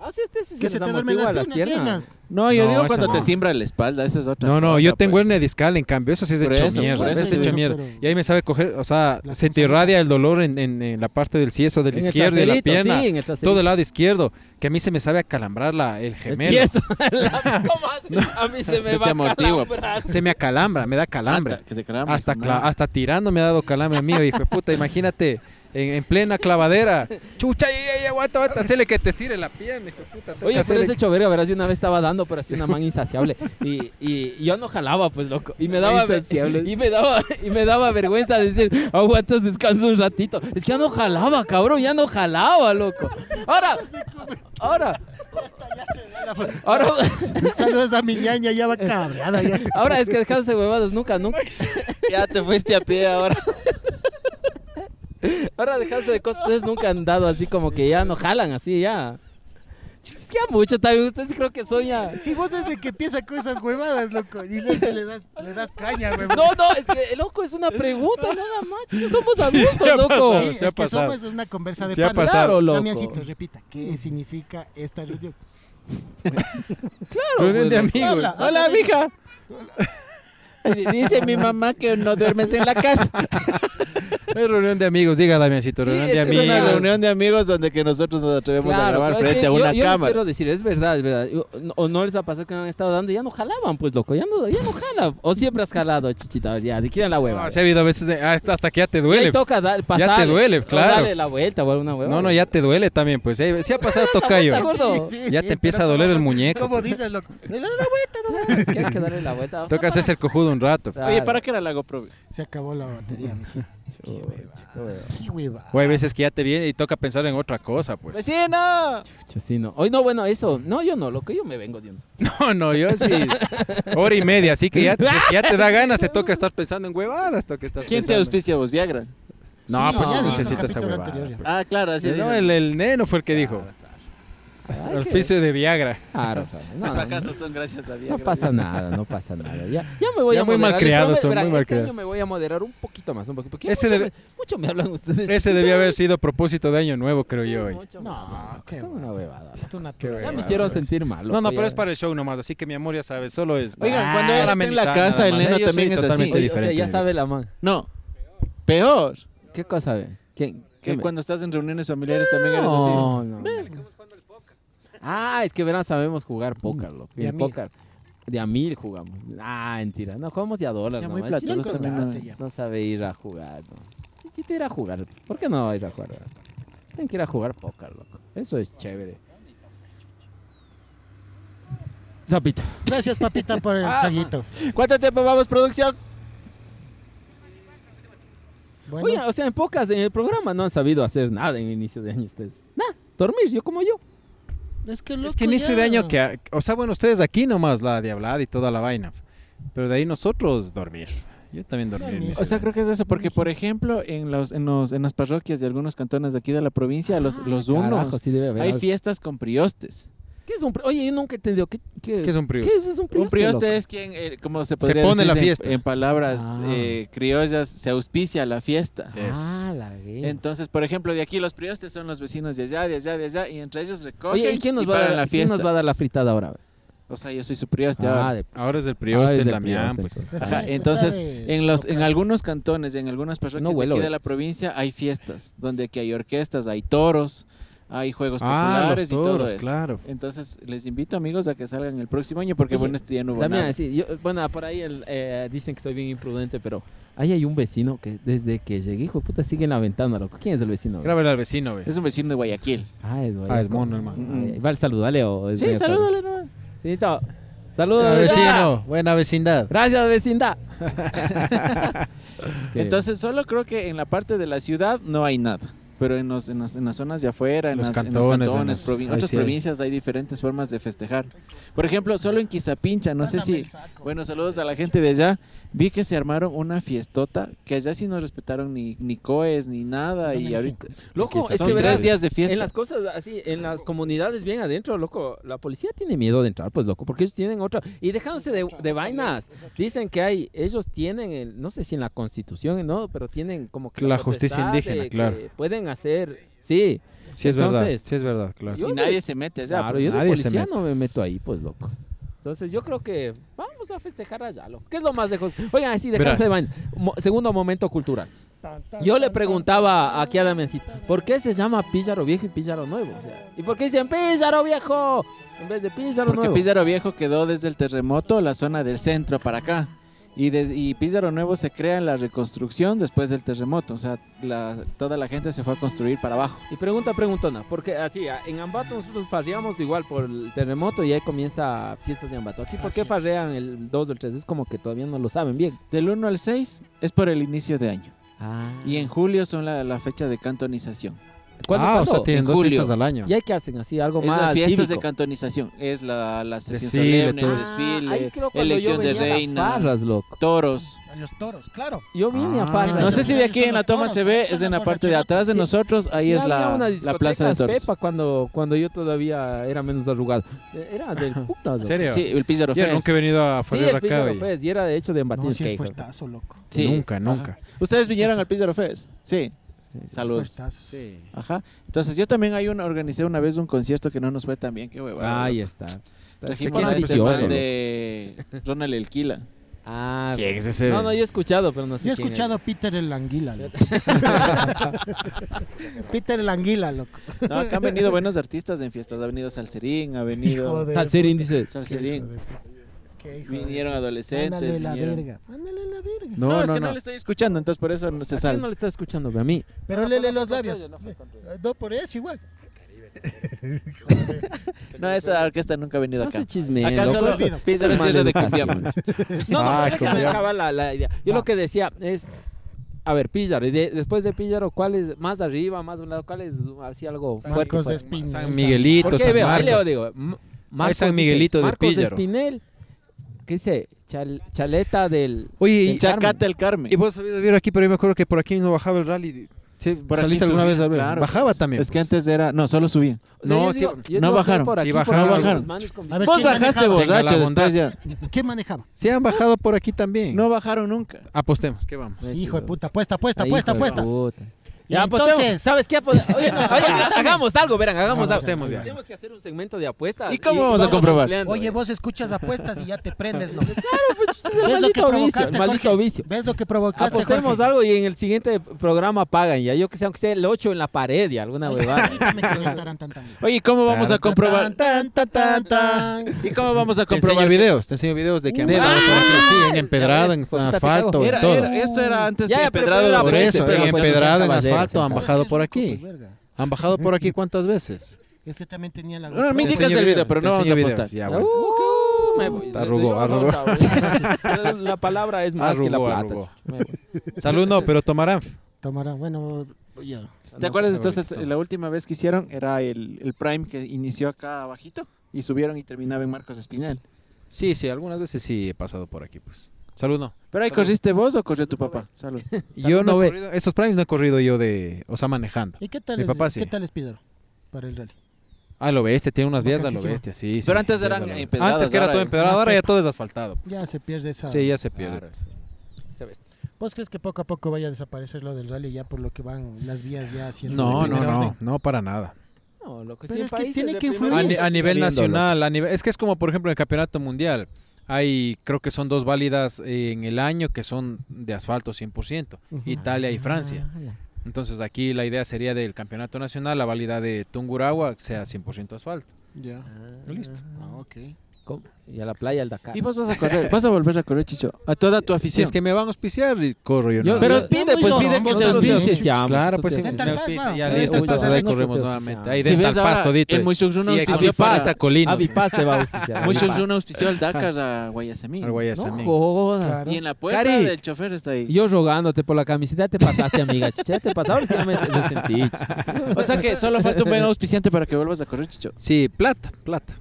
Ah, sí, usted sí Que se les te duermen amortigua las piernas. No, yo No, digo esa cuando no. te siembra la espalda, esa es otra. No, no, cosa, yo tengo pues. hernia discal, en cambio, eso sí es Por hecho eso, por mierda, eso eso es te hecho digo, mierda. pero- Y ahí me sabe coger, o sea, La se te punzadita. irradia el dolor en, en- en la parte del cieso del En el izquierdo y la traserito, pierna, sí, en el traserito. todo el lado izquierdo, que a mí se me sabe acalambrar la, el gemelo, Y eso, la- ¿cómo hace? a mí se me Se va te a amortigua, calambrar. se me acalambra, me da Hasta, Ah, calambre, que te calambres, hasta, no. cla- hasta tirando me ha dado calambre mío, hijo de puta, imagínate, en, en plena clavadera, chucha, y, y, y, aguanta, aguanta, hacele que te estire la pierna, hijo de puta, Oye, pero hacele- ese hecho verga, verás, yo una vez estaba dando, pero así una man insaciable. Y, y yo no jalaba, pues, loco. Y me daba, y me daba, y me daba vergüenza decir, aguantas, descanso un ratito. Es que ya no jalaba, cabrón, ya no jalaba, loco. Ahora, ahora, ahora, Saludos a mi ñaña, ya va cabreada. Ya. ahora es que dejarse huevadas nunca, nunca. Ya te fuiste a pie ahora. Ahora dejarse de cosas, ustedes nunca han dado así como que ya no jalan, así ya. Es que a mucho también, usted sí creo que soña. Si vos desde que empieza con esas huevadas, loco, y le, le das, le das caña, huevón. No, no, es que, eh, loco, es una pregunta nada más. Ya somos adultos, se ha loco. pasado, Sí, se ha es que pasado. somos una conversa de Se ha panas. pasado. Claro, loco. Damiancito, repita, ¿qué significa esta reunión? Claro, Reunión de pues, Hola, amigos. Hola, mija. Dice mi mamá que no duermes en la casa. Es reunión de amigos, diga Damiancito, reunión de es que es una amigos. reunión de amigos donde que nosotros nos atrevemos a Claro, grabar pero es frente que a yo- yo una les cámara. quiero decir, es verdad, es verdad. Yo- no- O no les ha pasado que no han estado dando, ya no jalaban, pues loco, ya no, ya no jala. O siempre has jalado, chichita, ya, de quién la hueva. No, se ha habido a veces de- ah, hasta que ya te duele. Y ahí toca dar- pasar, ya te duele, o claro. darle la vuelta o alguna hueva. Ah, No, no, ya te duele también, pues. Si ha pasado la tocayo. vuelta, gordo. Sí, sí, ya sí, te empieza a doler el muñeco. ¿Cómo dices, loco? Le das la vuelta, Ah, Es que hay que darle la vuelta. Toca hacerse el cojudo un rato. Ah. Oye, ¿para qué era la GoPro? Se acabó la batería, mija. Qué hueva. O hay veces que ya te viene y toca pensar en otra cosa, pues. ¡Vecino! Chocino. Hoy no, bueno, eso. No, yo no, loco, yo me vengo de un. No, no, yo sí. Hora y media, así que ya, si es que ya te da ganas, te toca estar pensando en huevadas. Toca estar ¿Quién te pensando. auspicia vos, Viagra? No, Sí, pues ya dijo sí en el necesitas esa capítulo huevada. anterior. pues. Ah, claro, así No, dijo. el, el neno fue el que dijo. Ay, El qué- piso de Viagra. Claro, claro. No, Mis no, fracasos son gracias a Viagra. No pasa nada, no pasa nada. Ya, ya me voy Ya a muy moderar. malcriados Les prometo, son, verán, muy este año malcriados. me voy a moderar un poquito más, un poquito. Porque Ese mucho, debe- me, mucho me hablan ustedes. Ese debió haber sido propósito de año nuevo, creo yo. hoy. No, Es una huevada. Tú natural. Ah, Ya me hicieron sentir mal. No, no, loco, pero ya. es para el show nomás, así que mi amor ya sabes, solo es. Oigan, para- cuando él está para en amenizar la casa, nada el más. neno Yo soy también es así. totalmente Oye, O sea, diferente. ya sabe la man. No. Peor. ¿Qué cosa ve? ¿Quién? Que ¿Quién ve? cuando estás en reuniones familiares también eres así. No, no. Ah, es que verán, sabemos jugar póker, loco. De Y a el mil. póker. De a mil jugamos. Ah, mentira. No, jugamos de a dólar. Ya nomás. muy platosos Chichito también, no- ¿no? Pues No sabe ir a jugar. No. Chichito ir a jugar. ¿Por qué no va a ir a jugar? Tienen que ir a jugar póker, loco. Eso es chévere. Zapito. Gracias, papita, por el traguito. ¿Cuánto tiempo vamos, producción? Bueno, Oye, o sea, en pocas, en el programa no han sabido hacer nada en el inicio de año ustedes. Nada, dormir, yo como yo. es que, Es loco, que inicio de ya. año que. a- O sea, bueno, ustedes aquí nomás la de hablar y toda la vaina. Pero de ahí nosotros dormir. Yo también dormir. Dormir. inicio O sea, de año. creo que es eso, porque por ejemplo, en los, en los, en las parroquias de algunos cantones de aquí de la provincia, los, los Carajo, unos, sí debe haber hay algo. fiestas con priostes. ¿Qué es un pri- Oye, yo nunca he entendido. ¿Qué, qué, ¿Qué es un prius? qué es, es un prioste? Un prioste loco? es quien, eh, como se podría pone decir la en- fiesta. En, palabras Ah. eh, criollas, se auspicia la fiesta. Es- Ah, la verga. Entonces, por ejemplo, de aquí los priostes son los vecinos de allá, de allá, de allá, y entre ellos recogen Oye, ¿y quién nos, va a pagan dar, la quién fiesta. Este, nos va a dar la fritada ahora? O sea, yo soy su prioste Ah, ahora. de Ahora es del ahora Prioste, es el de Damián. prioste, Pues. entonces. Está- Ajá, está Ah, entonces, de- en, los, en algunos cantones, en algunas parroquias No de huelo, aquí eh. de la provincia, hay fiestas donde aquí hay orquestas, hay toros, hay juegos Ah, los populares y todo toros, eso. claro. Entonces, les invito, amigos, a que salgan el próximo año porque, Oye, bueno, este ya no hubo Damián, nada. sí, yo- bueno, por ahí el, eh, dicen que soy bien imprudente, pero ahí hay un vecino que desde que llegué, hijo de puta, sigue en la ventana, loco. ¿Quién es el vecino? güey? Grábele al vecino, ve. Es un vecino de Guayaquil. Ah, es, guayaco. Ah, es mono, hermano. Mm. Ay, Vale, saludale o... es Sí, medio tarde. salúdale, ¿no? Sí, to- Saludos, Buena vecino. vecino, buena vecindad. Gracias, vecindad. Entonces, solo creo que en la parte de la ciudad no hay nada. Pero en, los, en, las, en las zonas de afuera, en, Los las- en cantones, en los cantones, los- provin- ahí otras sí hay. provincias hay diferentes formas de festejar. Por ejemplo, solo en Quizapincha, no sé Pásame si... el saco. Bueno, saludos a la gente de allá. Vi que se armaron una fiestota que allá sí no respetaron ni, ni coes ni nada. No me y imagino. ahorita... Loco, Son es que verás, tres días de fiesta. En las cosas así, en las comunidades bien adentro, loco, la policía tiene miedo de entrar, pues, loco, porque ellos tienen otra... Y dejándose de, de vainas, dicen que hay, ellos tienen, el, no sé si en la constitución, ¿no? Pero tienen como que... La justicia potestad indígena, de claro. que Pueden hacer, sí. Sí, es verdad. Entonces, Sí, es verdad, claro. yo Y de- nadie se mete allá. claro, pues. yo de nadie se policía mete. no me meto ahí, pues, loco. Entonces yo creo que vamos a festejar allá, loco. ¿Qué es lo más lejos? Oigan, sí, Verás. dejarse de vainas. Mo- segundo momento cultural. Yo le preguntaba aquí a Damiancito, ¿por qué se llama Píllaro Viejo y Píllaro Nuevo? O sea, ¿Y por qué dicen Píllaro Viejo en vez de Píllaro Porque Nuevo? Píllaro Viejo quedó desde el terremoto, la zona del centro para acá. Y, des- y Píllaro Nuevo se crea en la reconstrucción después del terremoto. O sea, la- toda la gente se fue a construir para abajo. Y pregunta, preguntona, porque así, a- en Ambato nosotros farreamos igual por el terremoto y ahí comienza fiestas de Ambato. Aquí, ¿por Así qué es. farrean el 2 o el 3? Es como que todavía no lo saben bien. Del 1 al 6 es por el inicio de año. Ah, Y en julio son la, la fecha de cantonización. ¿Cuándo, Ah, o cuándo? sea, tienen En dos julio. fiestas al año. ¿Y ahí qué hacen? Así, algo Es más las fiestas de cívico. cantonización. Es la, la sesión Desfile, solemne, todo. Ah, ahí desfile, creo cuando elección yo de venía a las reina. farras, loco. Toros. Los toros, claro. Yo vine a farras. No sé si de aquí en la toma se ve, es en la parte de atrás de nosotros, ahí Sí, es había la, unas la plaza de discotecas toros. Pepa cuando, cuando yo todavía era menos arrugado. Eh, Era del puta. loco. serio? Sí, el Pizarro Yo Fest. nunca he venido a Sí, Flor el acá. Pizarro y- Fest, y era de hecho de embatir No, sí es cake, loco. puestazo, loco. Sí. Nunca, nunca. Ustedes vinieron al Pizarro Fest. Sí. Saludos. Puestazos. Ajá. Entonces yo también hay una, organicé una vez un concierto que no nos fue tan bien, qué huevada. Ahí loco. está. Es que Trajimos qué a este ambicioso, man loco. de Ronald Elquila. Ah, ¿Quién es ese? No, no, yo he escuchado, pero no sé Yo he quién es. escuchado a Peter el Anguila, loco. Peter el Anguila, loco. No, acá han venido buenos artistas en fiestas. Ha venido Salserín, ha Hijo venido de- Salserín dice. Hijo Salserín. de- Qué hijo de- Vinieron Mándale adolescentes. la vinieron- verga. Mándale la verga. No, No, no, es no. que no. le estoy escuchando, entonces por eso no se ¿A sale. quién no le está escuchando? ve? A mí. Pero léele los labios. No, por eso igual. No, esa orquesta nunca ha venido No acá. se chisme. acá loco. solo Olvido. Pizarro es tierra de Maleducación. Cumbiamba. No, no, pero Ah, déjame como ya. acabar la, la idea. Yo lo que decía es, a ver, Píllaro, y de- después de Píllaro, ¿cuál es más arriba, más de un lado? ¿Cuál es así algo fuerte? Marcos fuerte? Espinosa. San Miguelito, Porque San veo, ahí leo, Marcos. digo, M- Marcos San dice, Miguelito de Marcos Píllaro. Espinel, ¿qué dice? Chal- chaleta del... Oye, En y, Chacate el Carmen. y vos sabías vivir aquí, pero yo me acuerdo que por aquí no bajaba el rally. Sí, Por aquí ¿Saliste alguna subía, vez a ver? claro, Bajaba pues. también. Es que pues. antes era, no, solo subía. O sea, No, yo sí- digo- yo no digo que bajaron, por sí aquí, por bajaron, ahí, bajaron. los manes con- A ver, Vos ¿quién bajaste manejaba? Tenga la borracho bondad. después ya. ¿Quién manejaba? Se han bajado por aquí también. No bajaron nunca. Apostemos, ¿qué vamos? Sí, Hijo de sí, puta, apuesta, apuesta, Ahí, apuesta, Ah, hijo de apuesta. puta. Y Ya, apostemos. entonces- ¿sabes qué? Apo- Oye, no, oye, hagamos algo, verán, hagamos algo. Apostemos ya. Tenemos que hacer un segmento de apuestas. ¿Y cómo vamos a comprobar? ampliando, Oye, ya. vos escuchas apuestas y ya te prendes, ¿no? el ¿Ves lo que maldito vicio, provocaste, el maldito Jorge? vicio. ¿Ves lo que provocaste, Apostemos Jorge? algo y en el siguiente programa pagan ya. Yo que sea, aunque sea el 8 en la pared y alguna huevada. Permítame que le taran, tan, tan. Oye, ¿cómo vamos a comprobar? Tan, tan, tan, tan. ¿Y cómo vamos a Te enseño comprobar? videos, te enseño videos de que han Uh, bajado por aquí. Sí, en Ah, Ya empedrado, ves, en puta, te asfalto, cago. en Era- todo. era- esto era antes Ya, que ya, pero empedrado. era Por Pero eso, pues, en no puedes empedrado, usar en caballeros, asfalto, han entonces. bajado Es que por es aquí. poco, verga. Han bajado por aquí cuántas veces. Es que también tenía Ah, la No, no, me Te indicas enseño el video, videos, pero te no vamos a enseño videos, apostar. ya, Uh, bueno. me voy. Arrugó, Yo no, arrugó. cabrón. La palabra es más que la Arrugó, plata. arrugó. Me voy. Salud no, pero tomarán. Tomará, bueno, ya. ¿Te acuerdas pero entonces ahorita. la última vez que hicieron era el, el Prime que inició acá abajito y subieron y terminaba en Marcos Espinal? Sí, sí, algunas veces sí he pasado por aquí, pues. Salud no. ¿Pero ahí Salud. corriste vos o corrió tu papá? Salud. Yo no no he ve. corrido, esos primes no he corrido yo de, o sea, manejando. ¿Y qué tal Mi es, papá sí. qué tal es Pidero para el rally? Ah, lo bestia, tiene unas vías a lo Bacanísimo. bestia, sí. sí. Pero antes Sí, eran a lo- empedradas, Antes que era ahora todo hay- empedrado, más ahora ya pepa. todo es asfaltado. Ya se pierde esa. Sí, ya se pierde. Claro, sí. Te ves. ¿Vos crees que poco a poco vaya a desaparecer lo del rally ya por lo que van las vías ya haciendo? No, de no, primeros no, no para nada. No, loco, Pero cien es que países tiene de que primer influir. A, mundo ni- a Fluye. están nivel viéndolo. nacional, a nivel, es que es como por ejemplo en el campeonato mundial. Hay creo que son dos válidas en el año que son de asfalto 100%, Ujú. Italia y Francia. Ah, Entonces aquí la idea sería del campeonato nacional, la válida de Tungurahua sea 100% asfalto. de- Ya. Listo. Ah, ok. ¿Cómo? Y a la playa, al Dakar. Y vos vas a correr, vas a volver a correr, Chicho, a toda tu Si afición. es que me van a auspiciar, y corro yo. Yo- nada. Pero No, pide, no, pues no, pide no, que no, te no, Nosotros te auspicies. auspicie. auspiciamos, claro, nosotros pues si te me Dental Paz, auspicia, va. ya Ah, listo. está, Entonces está, ahí está, corremos está, nuevamente. está. Ahí Si dental ves Paz ahora, todito. el Moisés no Y aquí auspició para para... Sacolino. Avipaz te va a auspiciar. Moisés Avipaz. no auspició al Dakar a Guayasamín. Al Guayas No también. jodas. Claro. Y en la puerta Cari. del chofer está ahí. Yo rogándote por la camiseta, te pasaste, amiga. Chicha, te pasaste. Ahora sí ya me resentí. chicha. O sea que solo falta un buen auspiciante para que vuelvas a correr, Chicho. Sí, plata, plata.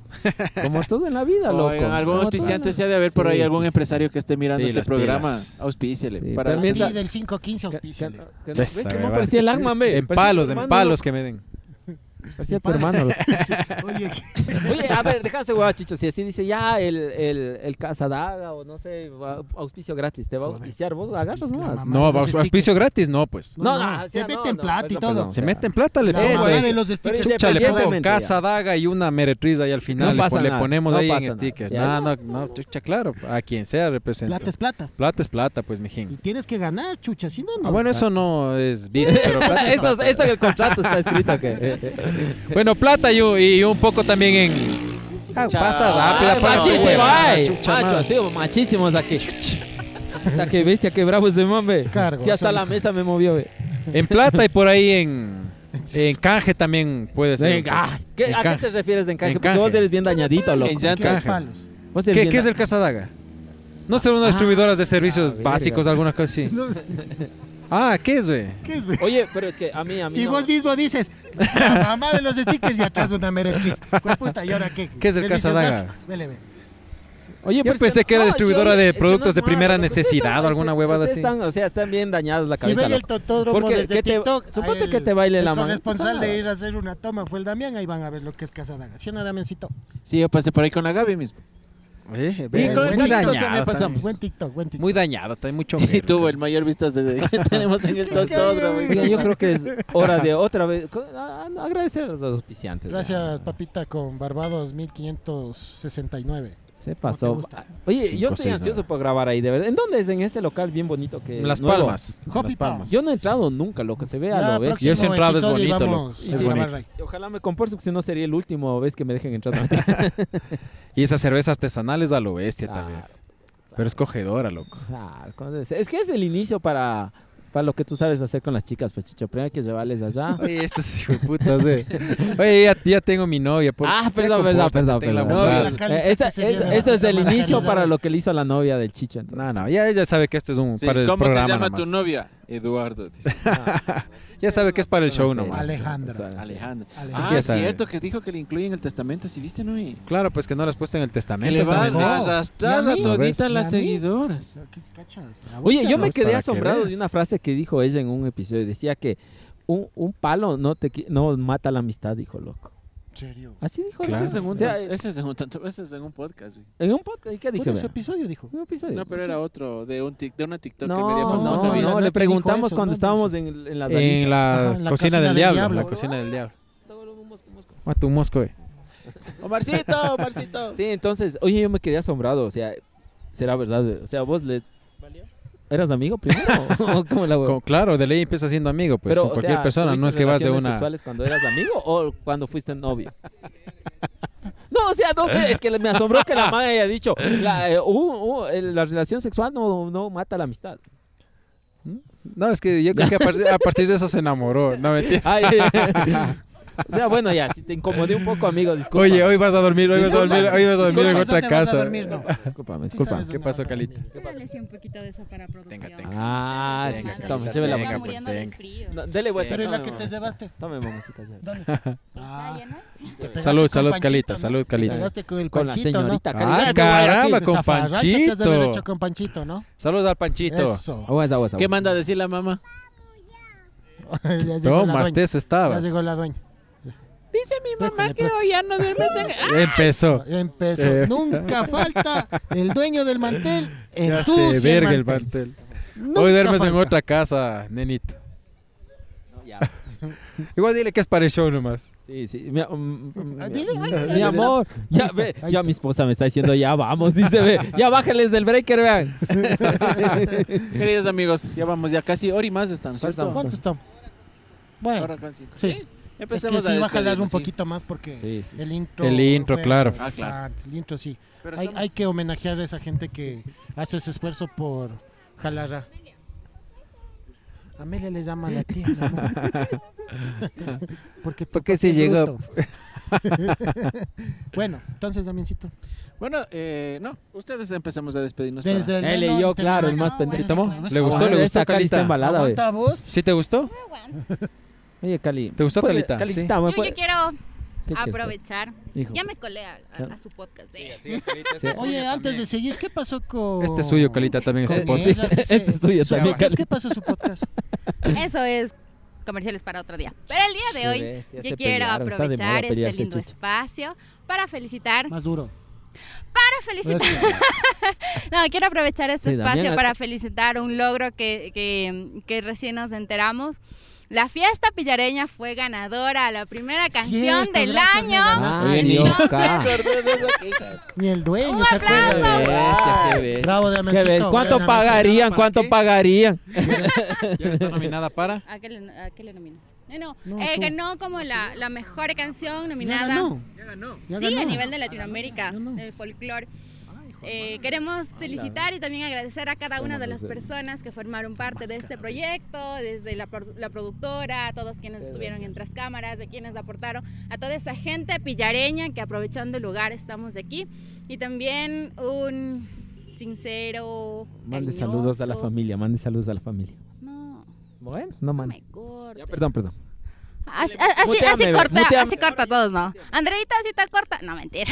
Como todo en la vida, loco. Oigan, algún Como todo auspiciante en se ha de haber por Sí, ahí, sí, algún sí, empresario que esté mirando Sí, este las programa, pilas. auspíciele. Sí, para pero mientras- Y del 515 auspiciale. la- Esa, ¿Ves cómo huevada. parecía el Agma, me? En Parecía tu palos, en hermano, palos que me den. loco. Parecía tu hermano. loco. Oye, Oye, a ver, déjame huevas, chicho. Si así dice ya el, el, el Casadaga o no sé, va- auspicio gratis, te va a auspiciar. Vos agarras nomás. mamá. No, No, los aus- stickers. auspicio gratis, no, pues. no, no, o se sea, mete no, en no, plata y perdón, todo. o Se sea, mete en plata, le la eso pongo mamada es. de los Pero stickers. Chucha, le pongo independientemente, ya. casa, daga y una meretriz ahí al final. No le pasa pon- le, nada, ponemos no ahí pasa en nada, sticker. ya. No, no, no, chucha, claro. A quien sea representa. Plata es plata. Plata es plata, pues, mijín. Y tienes que ganar, chucha, si no, no. Ah, bueno, eso no es visto, pero plata es Eso, plata. eso en el contrato está escrito que. eh, Bueno, plata yo, y un poco también en... Ah, pasa rápida, Ay, para Machísimo, ay, Chucha, macho, madre. sí, machísimos aquí. Hasta que bestia, qué bravo ese mame. Cargo, Si hasta son- la mesa me movió. ve. En plata y por ahí en... En canje también puede ser. Venga, ay, ¿qué- En ¿a qué canje. te refieres de encaje? En Porque canje. vos eres bien dañadito, loco. En ¿Qué llantas. palos? Vos eres ¿Qué, bien qué es da- el Casadaga? No ser una distribuidora de servicios Ah, verga. básicos, alguna cosa así. Ah, ¿qué es, güey? ¿Qué es, güey? Oye, pero es que a mí, a mí Si no- vos mismo dices, la mamá de los stickers y atrás una merechis. puta, ¿y ahora qué? ¿Qué es el Servicios cazadaga? básicos, vele, ve. Oye, Yo pues pensé que era no, distribuidora yo- de es que productos no es de primera malo, pero ustedes necesidad o están- alguna huevada ustedes así. Están, o sea, están bien dañadas la Si cabeza. ve el loco. totódromo Porque desde que te- TikTok, Suponte el- que te baile la El mano. corresponsal de ir a hacer una toma fue el Damián, ahí van a ver lo que es Casadaga. ¿Sí o no, Damiancito? Sí, yo pasé por ahí con la Gaby mismo. Eh, Y ve, con el muy Carlitos también dañada. pasamos. Buen TikTok, buen TikTok. Muy dañada, está mucho Y mierda. tuvo el mayor vistas de, que tenemos en el totódromo. Oigan, yo creo que es hora de otra vez co- a- a- agradecer a los auspiciantes. Gracias, papita, con Barbados 1569. Se ¿Cómo pasó. te gusta? Oye, yo Cinco, estoy seis, ansioso por grabar ahí, de verdad. ¿En dónde es? En ese local bien bonito que. Las nuevo. Palmas. Hopi Las Palmas. Yo no he entrado nunca, lo que se ve a Ya, lo bestia. próximo Yo siempre hablo, es episodio y bonito, loco. vamos Es a grabar bonito. ahí. Ojalá me comporte, porque si no sería el último vez que me dejen entrar. No, mentira. Y esa cerveza artesanal es a lo bestia Claro, también. Pero es cogedora, loco. Claro, ¿cómo debe ser? es que es el inicio para, para lo que tú sabes hacer con las chicas, pues chicho. Primero hay que llevarles allá. Oye, estos hijos de putas, eh. Oye, ya, ya tengo mi novia. por- ah, ya perdón, perdón, compórtate, perdón, ten la perdón. No, bondad. la calista Eh, esa- que se es- lleva, eso es la el mascarilla. inicio para lo que le hizo la novia del chicho. entonces. No, no, ya ella sabe que esto es un Sí, para el ¿Cómo se programa llama nomás. tu novia? Eduardo. dice. Ya sabe que es para el show Suena nomás. serio, Alejandra. suena serio. Alejandra. Alejandra. Ah, Sí, ya es sabe. cierto que dijo que le incluye en el testamento. Si viste, no? Y- Claro, pues que no las has puesto en el Que le testamento. va también. a arrastrar a mí? todita ¿Y a las mí? seguidoras. ¿Qué cachas? La Oye, yo busca, me Vamos, para quedé que asombrado de veas. una frase que dijo ella en un episodio. Decía que un, un palo no te qui- no mata la amistad, dijo loco. ¿En serio? Así dijo. Ese, loco. es en un, O sea, ese es en un tanto- ese es en un podcast. güey. en un podcast, ¿y ¿qué dije? Bueno, su vea? episodio dijo. Un episodio. No, pero era otro, de, un tic- de una TikTok No, que media no, famosa. no, ¿viste? no le te dijo preguntamos eso, cuando no, estábamos en, en las En Ah, la, Ajá, en la cocina del, diablo, La diablo. cocina del diablo. Mata un mosco, eh. Omarcito, Omarcito. Sí, entonces, oye, yo me quedé asombrado. O sea, será verdad. güey? O sea, vos le. ¿Eras amigo primero? ¿O cómo la Con- claro, de ley empieza siendo amigo, pues Pero, con o cualquier sea, persona, no ¿tuviste es que vas de relaciones una. sexuales cuando eras amigo o cuando fuiste novio? No, o sea, no sé, es que me asombró que la madre haya dicho, la, eh, uh, uh, eh, la relación sexual no, no mata la amistad. No, es que yo creo que a partir, a partir de eso se enamoró. No mentira. Ay, ay, ay. o sea, bueno, ya, si te incomodé un poco, amigo, disculpa. Oye, hoy vas a dormir, hoy vas a dormir, hoy vas a dormir en Disculpa, otra ¿dónde vas a casa. dormir, no? Discúlpame, Sí discúlpame. sabes ¿Qué dónde pasó, vas a Calita? dormir. un poquito de eso para producción. tenga. Ah, sí, Venga, tome, Calita, llévela, venga, mamá. pues, venga. No, dele vuelta. Pero ¿y tome, la que te mamacita. llevaste? Tome, mamacita, ya. ¿Dónde está? Pues Ah, Te pegaste Salud, con salud, Panchito, Calita, ¿no? salud, Te Calita. pegaste con el Con la Panchito, ¿no? señorita, Ah, Calita. caramba, Esa con zafarrancha que has de haber Panchito. hecho con Panchito, Oh, ¿no? Saludos al Panchito. Eso. Aguas, aguas, ¿Qué aguas. manda a decir la mamá? Ya llegó la Tomas, dueña. de eso Ya estabas. llegó la dueña. Dice mi Préstale, préstale. hoy ya no duermes en... Empezó. Empezó. Eh. Nunca falta el dueño del mantel. Ya En su se verga el mantel. Hoy duermes en otra casa, nenito. No, ya. Igual dile que es para el show nomás. Sí, sí. Mi, mm, mm, Ah, mi- dile, ay, ay, mi ay, amor, ya, está, ve, ahí ya está. mi esposa me está diciendo, ya vamos, dice, ve, ya bájales del breaker, vean. Queridos amigos, ya vamos, ya casi hora y más están. ¿Cuánto Suelta. ¿Cuántos estamos? Bueno, Ahora con cinco. Sí. es que Empecemos sí, a bajarle un despedirnos, sí. poquito más porque Sí, sí, el sí. intro. El intro, fue claro. Ah, claro. bastante. El intro, sí. Pero Hay, estamos- hay que homenajear a esa gente que hace ese esfuerzo por jalar a. Amelia le llama a la tía. la mamá. Porque tu ¿Por qué papá se es llegó? bruto. bueno, entonces, Damiancito. Bueno, eh, no, ustedes empezamos a despedirnos. para- Desde el Él no, y yo, internet. claro, el más ¿Sí pendejo. tomó? ¿Le gustó? Aguanta, ¿Le esa gustó, Cali está Calita? embalada, ve. Aguanta vos. ¿Sí te gustó? Oye, Cali. ¿Te gustó, puede- Calita? Calicita, ¿me Yo, puede- yo quiero ¿qué quieres, aprovechar. hijo? Ya me colé a, a- a su podcast. eh. Sí. Oye, antes de seguir, ¿qué pasó con. Este es suyo, Calita, también con este Eh, Ellas? post. Ese- Este es tuyo su también, podcast, Cali. ¿Qué pasó su podcast? Eso es comerciales para otro día. Pero el día de Qué hoy bestia, se yo quiero pelearon, está de moda aprovechar este pelearse, lindo chucha. espacio para felicitar, Más duro. Pues, para felicitar, no, quiero aprovechar este Sí, espacio Damiana- para felicitar un logro que, que- que recién nos enteramos. La fiesta pillareña fue ganadora, la primera canción Cierto, del gracias, me año. ganaste. Ay, Entonces- Ah, loca. Qué Ni el dueño Un se acuerda. de- bestia, qué bestia. Bravo, Qué Damiancito. bestia. ¿Cuánto Damiancito. pagarían? ¿Cuánto pagarían? Ya está nominada para. ¿A qué, le, a qué le nominas? No, no, No, eh, tú. ganó como la, la mejor canción nominada. Ya ganó. Ya Sí, a ganó. nivel de Latinoamérica, del folclore. Eh, queremos felicitar y también agradecer a cada una de las personas que formaron parte de este proyecto, desde la, produ- la productora, a todos quienes estuvieron en tras cámaras, de quienes aportaron, a toda esa gente pillareña que aprovechando el lugar estamos aquí. Y también un sincero. Mande saludos a la cariñoso- familia, mande saludos a la familia. No, Bueno, no man. Corta. Perdón, perdón. Así, así, Muteame, así ve, corta, muteame. así corta a todos, ¿no? Andreita, así está corta. No, mentira.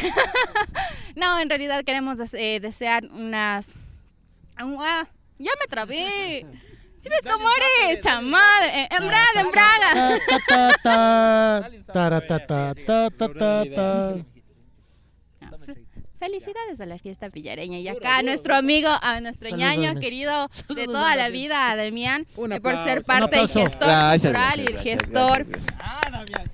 no, en realidad queremos eh, desear unas... Ah, ya me trabé. ¿Sí ves cómo eres, chamar? Eh, En Braga, en Braga. Ta, ta, tara, ta, ta, ta, ta, ta, ta. Felicidades a la fiesta pillareña. Y acá a nuestro amigo, a nuestro Saludos, ñaño Ernesto. querido de Saludos, toda la Ernesto. vida, a Damián, eh, por aplauso, ser un parte del aplauso. gestor Gracias, cultural y gracias, el gracias, gestor.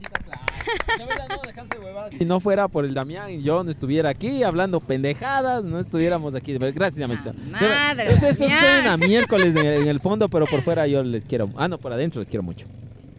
Si no fuera por el Damián y yo no estuviera aquí hablando pendejadas, no estuviéramos aquí. De ver- este Gracias, Damián. Madre. Ustedes son Damián. son una miércoles en el, en el fondo, pero por fuera yo les quiero. Ah, no, por adentro les quiero mucho.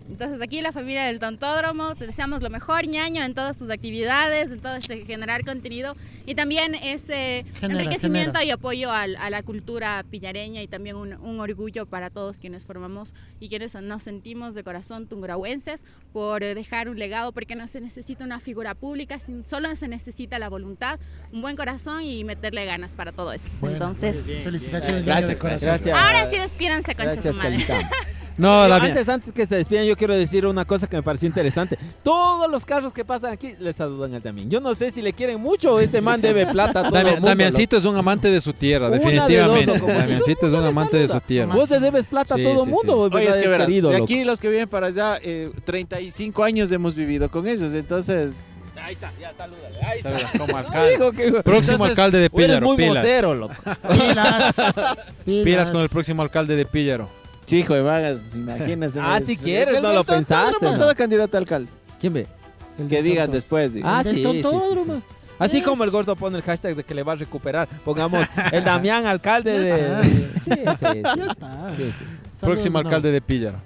Entonces aquí la familia del Tontódromo, te deseamos lo mejor, ñaño, en todas tus actividades, en todo ese generar contenido y también ese Genera, enriquecimiento genera. y apoyo al- a, la cultura pillareña y también un, un orgullo para todos quienes formamos y quienes nos sentimos de corazón tungurahuenses por eh, dejar un legado, porque no se necesita una figura pública, sin- solo se necesita la voluntad, un buen corazón y meterle ganas para todo eso. Entonces, Felicitaciones. Gracias, de corazón. gracias. ahora sí despídanse, concha su Gracias, madre. Calita. No, Eh, Damián. antes, antes que se despidan, yo quiero decir una cosa que me pareció interesante. Todos los carros que pasan aquí le saludan al Damián. Yo no sé si le quieren mucho o este man debe plata a todo el Damian- mundo, Damiancito es un amante de su tierra, Una de dos, definitivamente. loco, como Damiancito es un amante de su loco. tierra. Vos le debes plata a Sí, todo el sí, mundo, Oye, es ¿verdad? Este que verás, querido, de loco. aquí los que viven para allá, eh, 35 años hemos vivido con ellos, entonces... Ahí está, ya salúdale. Ahí Saluda, está. como No alcalde. digo que- Próximo Entonces, alcalde de vos eres Píllaro, muy pilas. vocero, loco. Pilas. Pilas con el próximo alcalde de Píllaro. Chijo de vagas, imagínese. Ah, si quieres, El no del lo Tontódromo pensaste. ha ¿no? estado candidato a alcalde. ¿Quién ve? El Que del digan tonto. después, digo. Ah, El del sí, sí, sí, sí. tontódromo. Así Es- como el gordo pone el hashtag de que le va a recuperar, pongamos el Damián alcalde de... Ya Sí, sí, Ya sí. está. Sí, sí, sí. Saludos, Próximo no. alcalde de Píllaro.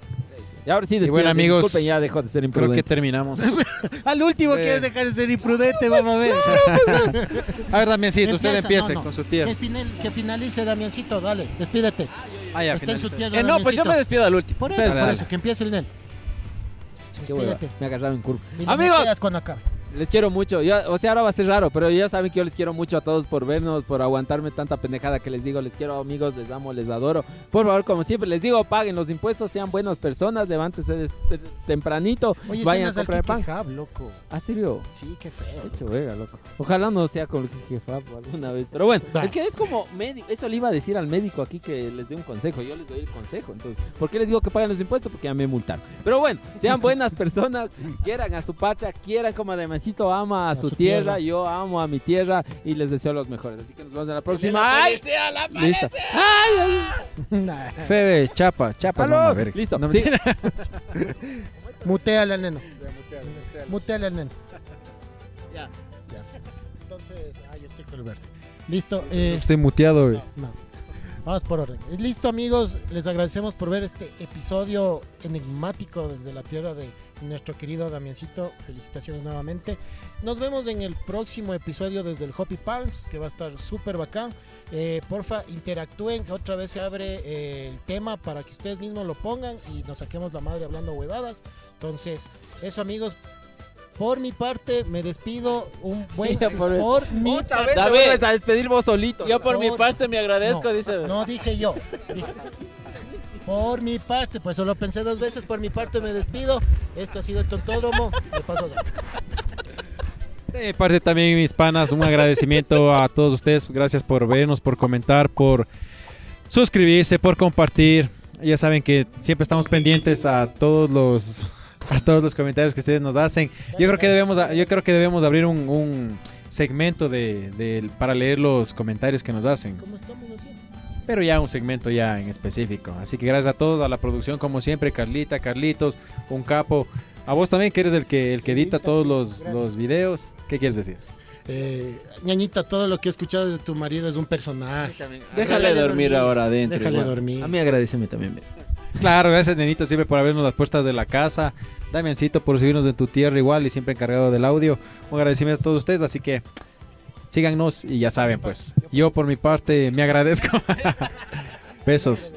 Y ahora sí, Y despídense, bueno, amigos, disculpen, ya dejó de ser creo que imprudente. terminamos. Al último Sí. quieres dejar de ser imprudente, vamos a ver. pues, A ver, Damiancito, usted Empieza, empiece no, no. con su tierra. Que, final- que finalice, Damiancito, dale, despídete. Ah, ya, está en su finalizó. tierra. Eh, no, pues yo Damiancito. me despido al último. Por eso, Ustedes por dale. eso, que empiece el Nel. Qué hueva, Despídete. me agarraron en curva. Y lo Amigos, muteas cuando acabe. Les quiero mucho. Ya, o sea, ahora va a ser raro, pero ya saben que yo les quiero mucho a todos por vernos, por aguantarme tanta pendejada que les digo. Les quiero, amigos, les amo, les adoro. Por favor, como siempre, les digo, paguen los impuestos, sean buenas personas, levántense des- tempranito, Oye, vayan a cenas al comprar pan. Kike Hub, loco. ¿Ah, serio? Sí, qué feo. Qué verga, loco. Ojalá no sea con el jefa alguna vez. Pero bueno, Va. es que es como médico. Eso le iba a decir al médico aquí que les dé un consejo. Yo les doy el consejo. Entonces, ¿por qué les digo que paguen los impuestos? Porque ya me multaron. Pero bueno, sean buenas personas. Quieran a su patria. Quieran como Demancito ama a, su, su tierra. tierra. Yo amo a mi tierra. Y les deseo los mejores. Así que nos vemos en la próxima. ¡Ay! Listo. Nah. Febe, chapa, chapa. Aló. Listo. No, Sí. Muteale al neno. Muteale al neno. Ya, ya. Entonces, ah, yo estoy con el verde. Listo. Eh, Estoy muteado, güey. No. Vamos por orden. Eh, Listo, amigos. Les agradecemos por ver este episodio enigmático desde la tierra de nuestro querido Damiancito. Felicitaciones nuevamente. Nos vemos en el próximo episodio desde el Hoppy Palms, que va a estar súper bacán. Eh, porfa, interactúen. Otra vez se abre eh, el tema para que ustedes mismos lo pongan y nos saquemos la madre hablando huevadas. Entonces, eso, amigos. Por mi parte, me despido. Un buen. Ya, por- por mi Otra vez te David. vuelves a despedir vos solito. Yo por mi Por- parte me agradezco, no, dice. No dije yo. Dije- Por mi parte, pues solo pensé dos veces, por mi parte me despido. Esto ha sido el tontódromo. Me paso a- De mi parte también, mis panas, un agradecimiento a todos ustedes. Gracias por vernos, por comentar, por suscribirse, por compartir. Ya saben que siempre estamos pendientes a todos los a todos los comentarios que ustedes nos hacen. Yo creo que debemos yo creo que debemos abrir un, un segmento de, del- para leer los comentarios que nos hacen. ¿Cómo estamos nosotros? Pero ya un segmento ya en específico. Así que gracias a todos, a la producción como siempre, Carlita, Carlitos, un capo. A vos también que eres el que el que edita todos los, los videos. ¿Qué quieres decir? Eh, ñañita, todo lo que he escuchado de tu marido es un personaje. Déjale dormir ahora adentro. Déjale igual. dormir. A mí agradeceme también. Claro, gracias Nenito siempre por abrirnos las puertas de la casa. Damiancito por subirnos en tu tierra igual y siempre encargado del audio. Un agradecimiento a todos ustedes, así que síganos y ya saben pues. Yo por mi parte me agradezco. Besos.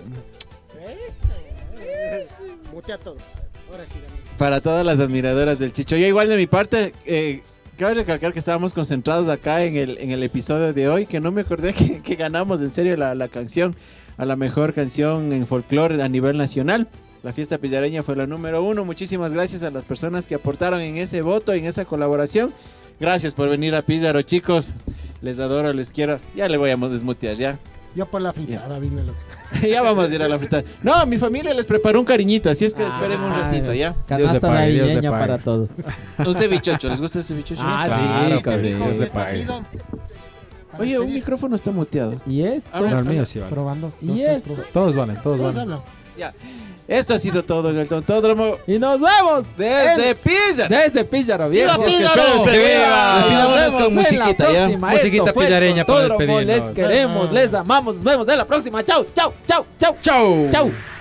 Mutea todo. Ahora sí, Daniel. Para todas las admiradoras del Chicho. Yo igual de mi parte, eh, cabe recalcar que estábamos concentrados acá en el, en el episodio de hoy, que no me acordé que, que ganamos en serio la, la canción, a la mejor canción en folclore a nivel nacional. La fiesta pillareña fue la número uno. Muchísimas gracias a las personas que aportaron en ese voto, en esa colaboración. Gracias por venir a Píllaro, chicos. Les adoro, les quiero. Ya le voy a desmutear, ya. Yo por la fritada vine loco. ya vamos a ir a la fritada. No, mi familia les preparó un cariñito, así Ah, es que esperen un ratito, ¿ya? Canasta navideña para todos. Un cevichocho, ¿les gusta el cevichocho? Ah, Claro, rico, pues, rico. Dios le pague. Oye, un micrófono está muteado. ¿Y esto? Habla- No, el mío sí vale. Probando. ¿Y esto? Todos valen, todos Todos valen. hablan. Ya. Esto ha sido todo en el Tontódromo Y nos vemos desde Pizarro. desde Píllaro, viejo. Así es que esperen, esperen. Nos vemos Despidámonos con en la musiquita, ¿ya? próxima. Musiquita Esto fue pillareña Totodromo. para despedirnos. Les queremos, les amamos. Nos vemos en la próxima. Chau, chau, chau, chau, chau. Chau.